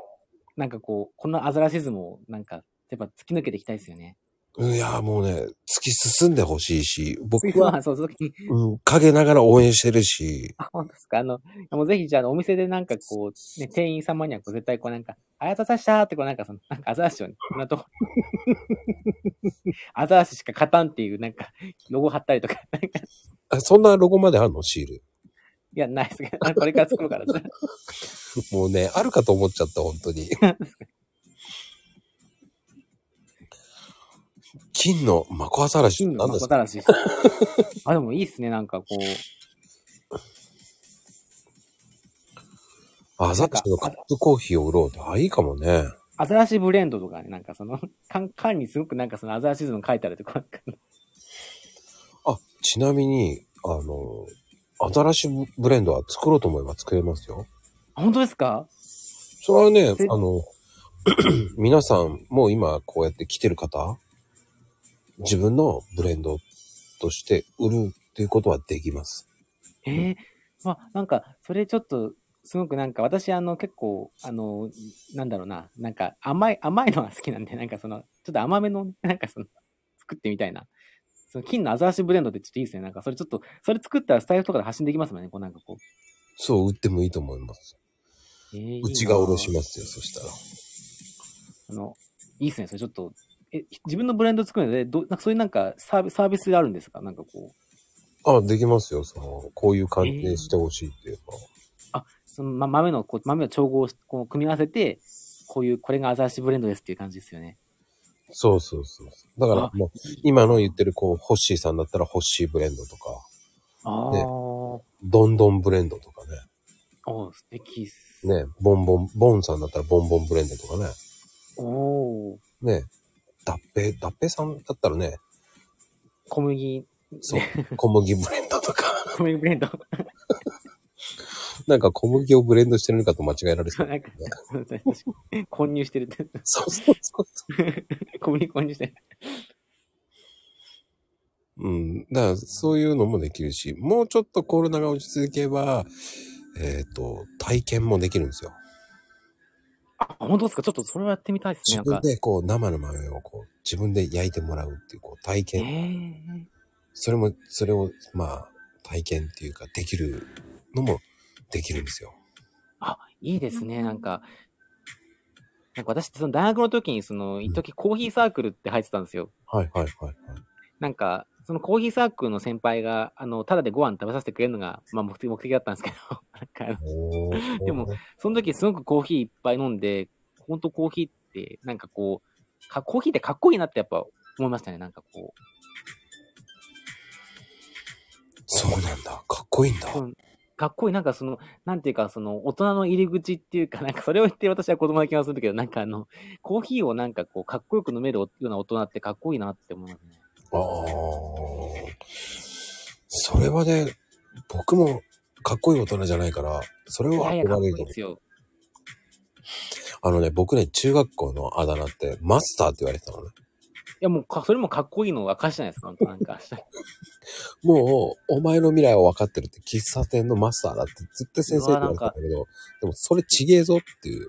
S2: なんかこう、このアザラシズムをなんか、やっぱ突き抜けていきたいですよね。
S1: いや、もうね、突き進んでほしいし、僕
S2: 次
S1: は、
S2: は、 (laughs) そう、そう時
S1: うん、陰ながら応援してるし、
S2: あ、本当ですかあの、もうぜひじゃあ、お店でなんかこう、ね、店員様にはこう絶対こうなんか、あやたさしたーってこうなんかその、なんかアザラシをね、こんなとこ (laughs) アザラシしか勝たんっていうなんか、ロゴ貼ったりとか、なんか、い
S1: あそんなロゴまであるのシール。
S2: や、ないですけど、あこれから作るから。
S1: もうね、あるかと思っちゃった、本当に。 (laughs) 金のマコアザラシって
S2: 金
S1: 何
S2: のマ
S1: です
S2: コザ
S1: か
S2: ラシ。あ、でもいいっすね、なんかこう、
S1: アザラシのカップコーヒーを売ろうって、あ、いいかもね。
S2: アザラシブレンドとかね、なんかその、缶、缶にすごくなんかそのアザラシズム書いてあるとか、
S1: あ、ちなみに、あの、アザラシブレンドは作ろうと思えば作れますよ。
S2: あ本当ですか
S1: それはね
S2: え、
S1: あの、 (clears throat) 皆さん、もう今こうやって来てる方、自分のブレンドとして売るっていうことはできます。
S2: ええまあ、なんか、それちょっと、すごくなんか、私、あの、結構、あの、なんだろうな、なんか、甘い、甘いのが好きなんで、なんかその、ちょっと甘めの、なんかその、作ってみたいな。その、金のアザラシブレンドってちょっといいですね。なんか、それちょっと、それ作ったらスタイルとかで発信できますもんね。こう、なんかこ
S1: そう、売ってもいいと思います。
S2: う。ええ
S1: うちがおろし
S2: ま
S1: ますよ、そしたら。
S2: あの、いいですね。それちょっと、え、自分のブレンド作るので、どうなんかそういうなんかサービ、サービスがあるんですかなんかこう。
S1: あ、できますよ、その、こういう感じでしてほしいっていうか。
S2: そのま豆のこう豆を調合しこう組み合わせて、こういう、これがアザラシブレンドですっていう感じですよね。
S1: そうそうそうそう。だから
S2: あ
S1: もう、今の言ってるこう、ホッシーさんだったらホッシーブレンドとか、
S2: ああ、
S1: ねどんどんブレンドとか
S2: おう素敵っす。
S1: ね。ね、ボンボン、ボンさんだったらボンボンブレンドとかね。
S2: おお、
S1: ね、ダッペ、ダッペさんだったら (laughs) ね、
S2: 小麦、
S1: そう、小麦ブレンドとか、
S2: 小麦ブレンド。
S1: なんか小麦をブレンドしてるのかと間違えられそ
S2: そう
S1: (laughs)
S2: (laughs) う、な
S1: ね。
S2: んか、そうそうそう混入してる (laughs) って。
S1: そうそうそうそ
S2: 小麦混入してる。
S1: う。うん。だから、そういうのもできるし、もうちょっとコロナが落ち着けば、えっ、と、体験もできるんですよ。
S2: あ、本当ですかちょっとそれはやってみたいですね。
S1: 自
S2: なんか
S1: 分。でこう、生の豆をこう、自分で焼いてもらうっていう、こう、体
S2: え
S1: 験。
S2: ー、
S1: それも、それを、まあ、体験っていうか、できるのもできるんですよ。
S2: あ、いいですね。なんか、なんか私ってその大学の時に、その、一時コーヒーサークルって入ってたんですよ。
S1: はいはいはいはい。
S2: なんか、そのコーヒーサークルの先輩が、あの、ただでご飯食べさせてくれるのが、まあ、目的目的だったんですけど、 (laughs) なんか、
S1: おー
S2: でも、その時すごくコーヒーいっぱい飲んで、ほんとコーヒーって、なんかこう、かコーヒーってかっこいいなってやっぱ思いましたね、なんかこ
S1: そうなんだ。かっこいいんだ。
S2: う。うんかっこいい、なんかその、なんていうか、その、大人の入り口っていうか、なんかそれを言って私は子供な気がするんだけど、なんかあの、コーヒーをなんかこう、かっこよく飲めるような大人ってかっこいいなって思いますね。
S1: ああ。それはね、僕もかっこいい大人じゃないから、それ
S2: い
S1: は
S2: やいや、かっ
S1: 憧
S2: こい
S1: れ
S2: い
S1: ると
S2: ですよ。
S1: あのね、僕ね、中学校のあだ名って、マスターって言われてたのね。
S2: いや、もうか、それもかっこいいの証じゃないですか、ほんとなんか。
S1: もう、お前の未来は分かってるって、喫茶店のマスターだって、ずっと先生って言われてたんだけど、でも、それちげえぞって
S2: (laughs)
S1: いう。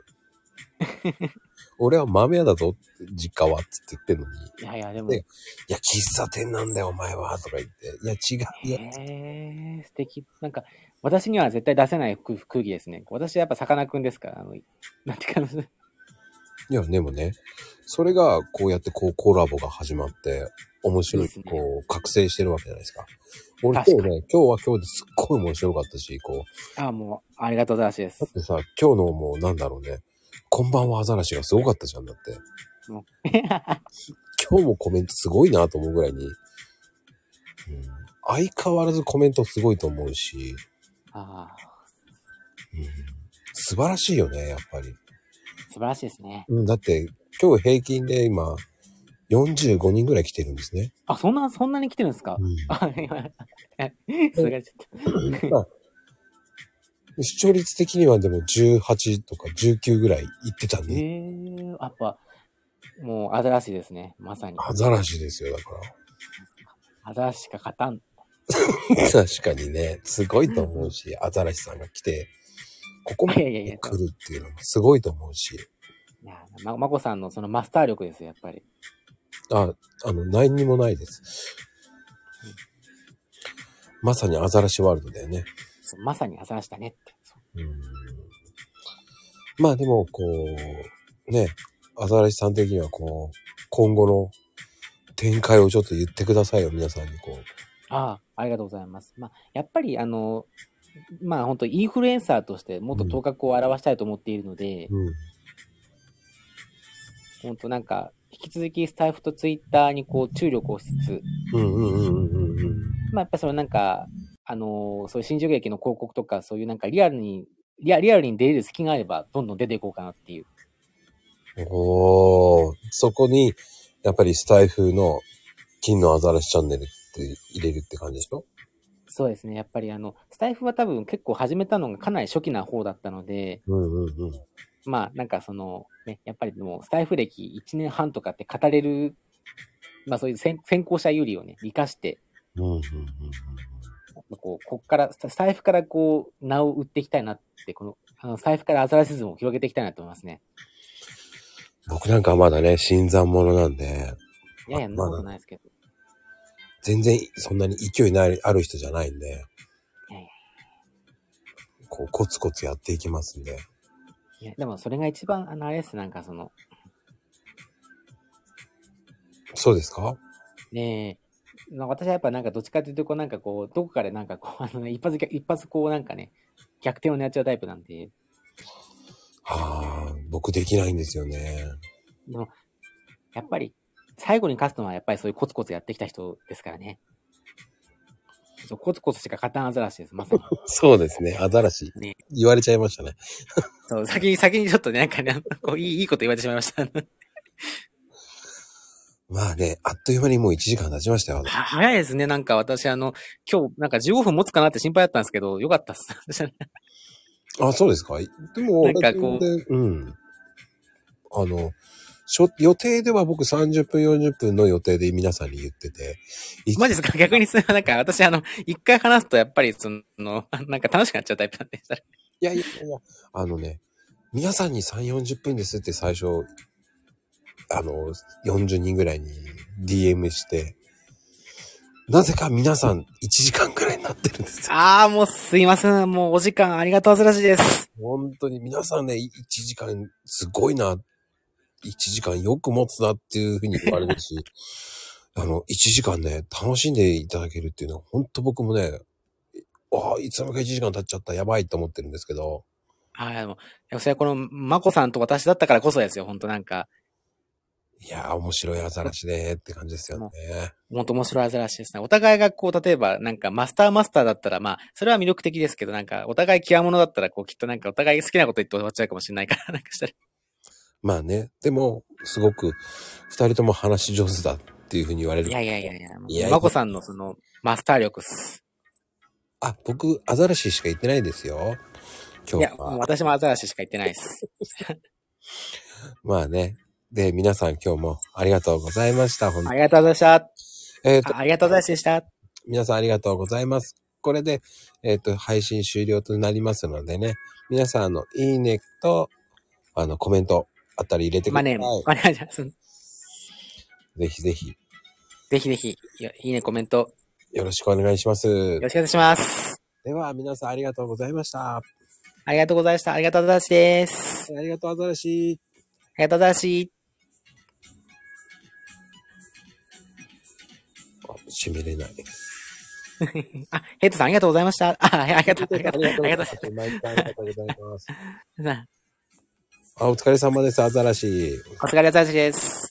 S1: 俺は豆屋だぞ、実家はっつって言ってんのに。
S2: いやいや、でも、
S1: ねいや、喫茶店なんだよ、お前は、とか言って。いや、違う。いや、
S2: へえ、素敵。なんか、私には絶対出せない空空気ですね。私はやっぱさかなクンですから、あの、なんていうかな、
S1: いや、でもね、それがこうやってこうコラボが始まって、面白い、
S2: いいですね
S1: こう、覚醒してるわけじゃないですか。俺今
S2: 確
S1: 日
S2: か
S1: ね、今日は今日ですっごい面白かったし、こう、
S2: ああ、もう、ありがとうございますです
S1: だっ。てさ、今日のもうなんだろうね、こんばんはアザラシがすごかったじゃんだって。今日もコメントすごいなと思うぐらいに、うん、相変わらずコメントすごいと思うし、
S2: ああ、
S1: うん、素晴らしいよね、やっぱり。
S2: 素晴らしいですね。
S1: うん、だって今日平均で今、45人ぐらい来てるんですね。
S2: あ、そんな、そんなに来てるんですか
S1: うん
S2: あ、今、えすがれちゃった。
S1: まあ、視聴率的にはでも18とか19ぐらい行ってた
S2: え
S1: ね。
S2: えやっぱ、もう、アザラシですね。まさに。
S1: アザラシですよ、だから。
S2: アザラシしか勝たん。
S1: 確かにね、すごいと思うし、アザラシさんが来て、ここま
S2: いやいやい
S1: で
S2: や
S1: 来るっていうのもすごいと思うし、
S2: いや、ま、まこさんのそのマスター力ですよ、やっぱり。
S1: あ、あの、何にもないです。まさにアザラシワールドだよね。
S2: そうまさにアザラシだねって。そう
S1: うんまあでも、こう、ね、アザラシさん的にはこう、今後の展開をちょっと言ってくださいよ、皆さんにこう。
S2: ああ、ありがとうございます。まあ、やっぱり、あの、まあ、本当インフルエンサーとしてもっと頭角を現したいと思っているので、
S1: うん。
S2: 本当なんか、引き続きスタイフとツイッターにこう注力をしつつ、
S1: うんうんうんうんうんうん。
S2: まあ、やっぱそのなんか、あのそういう新宿駅の広告とか、そういうなんかリアルに、リアリアルに出れる隙があれば、どんどん出ていこうかなっていう。
S1: おー、そこに、やっぱりスタイフの金のアザラシチャンネルって入れるって感じでしょ
S2: そうですね。やっぱりあの、スタイフは多分結構始めたのがかなり初期な方だったので、
S1: うんうんうん。
S2: まあなんかそのね、やっぱりもうスタイフ歴1年半とかって語れる、まあそういう先先行者有利をね、生かして、
S1: うんうんうんうん。
S2: まあこう、こっから、さ財布からこう、名を売っていきたいなって、この、あの財布からアザラシズムを広げていきたいなと思いますね。
S1: 僕なんかまだね、新参者なんで、
S2: いやいや、そんなことないですけど。
S1: 全然そんなに勢いないある人じゃないんで
S2: いやいや、
S1: こう、コツコツやっていきますんで。
S2: いや、でもそれが一番、あの、あれです、なんかその、
S1: そうですか
S2: ねえ、まあ私はやっぱなんかどっちかというと、こうなんかこう、どこかでなんかこう、あの、一発ぎゃ、一発こうなんかね、逆転を狙っちゃうタイプなんで、
S1: はあ、僕できないんですよね。
S2: でも、やっぱり、最後に勝つのはやっぱりそういうコツコツやってきた人ですからね。そうコツコツしか勝たんアザラシです、まさに。
S1: (laughs) そうですね。アザラシ
S2: ね。
S1: 言われちゃいましたね。
S2: そう、先に、先にちょっとね、なんかね、こう、いい、いいこと言われてしまいました。
S1: まあね、あっという間にもう1時間経ちましたよ。
S2: は早いですね、なんか私、あの、今日、なんか15分持つかなって心配だったんですけど、よかったっす。私はね
S1: あ、そうですかでも、
S2: なんかこう
S1: だってうん。あの、しょ予定では僕30分、40分の予定で皆さんに言ってて。い
S2: マジですか逆にそれはなんか、私、あの、一回話すと、やっぱり、その、なんか楽しくなっちゃうタイプなんで、
S1: いやいやいやいや、あのね、皆さんに3、40分ですって最初、あの、40人ぐらいに DM して、なぜか皆さん1時間ぐらいになってるんですよ。
S2: ああ、もうすいません。もうお時間ありがとうずらしいです。
S1: 本当に皆さんね、1時間すごいな、1時間よく持つなっていうふうに言われるし、 (laughs) あの、1時間ね、楽しんでいただけるっていうのは、本当僕もね、ああ、いつの間にか1時間経っちゃった、やばいと思ってるんですけど、
S2: はい、でもう、それはこの、まこさんと私だったからこそですよ。ほんとなんか、
S1: いやー、面白いアザラシねーって感じですよね。
S2: もっと面白いアザラシですね。お互いがこう、例えば、なんか、マスターマスターだったら、まあ、それは魅力的ですけど、なんか、お互い極物だったら、こう、きっとなんか、お互い好きなこと言って終わっちゃうかもしれないから、なんかしたら。
S1: まあね、でも、すごく、二人とも話し上手だっていうふうに言われる。
S2: いやいやいやい
S1: いや
S2: や、まこさんのその、マスター力っす。
S1: あ、僕、アザラシしか言ってないですよ。
S2: い
S1: 今
S2: や、
S1: 日
S2: もう
S1: は。
S2: 私もアザラシしか言ってないっす。
S1: まあね。で、皆さん今日もありがとうございました。ほん
S2: ありがとうございました。
S1: えっ、と、
S2: あありがとうございました。
S1: 皆さんありがとうございます。これで、えっ、と、配信終了となりますのでね、皆さん、あの、いいねと、あの、コメントあったり入れてくだ
S2: マ
S1: さ
S2: ネ
S1: い
S2: ー。も。マネーも
S1: ぜひぜひ、
S2: ぜひぜひ、いやいいね、コメント、よ
S1: よろしくお願いします。
S2: ろしくお願いします。
S1: では、皆さんありがとうございました。
S2: ありがとうございました。ありがとうございましたです。
S1: ありがとう、アザラシ。
S2: ありがとうございまし
S1: あ閉めれない。
S2: た。あ、ヘッドさんありがとうございました。あ、ありがとう、ありがとう、あ
S1: あ
S2: り
S1: り
S2: が
S1: が
S2: と
S1: とう。毎回ありがとうございます。
S2: う。な
S1: あ、お疲れ様です、アザラシ。
S2: お疲れ様です。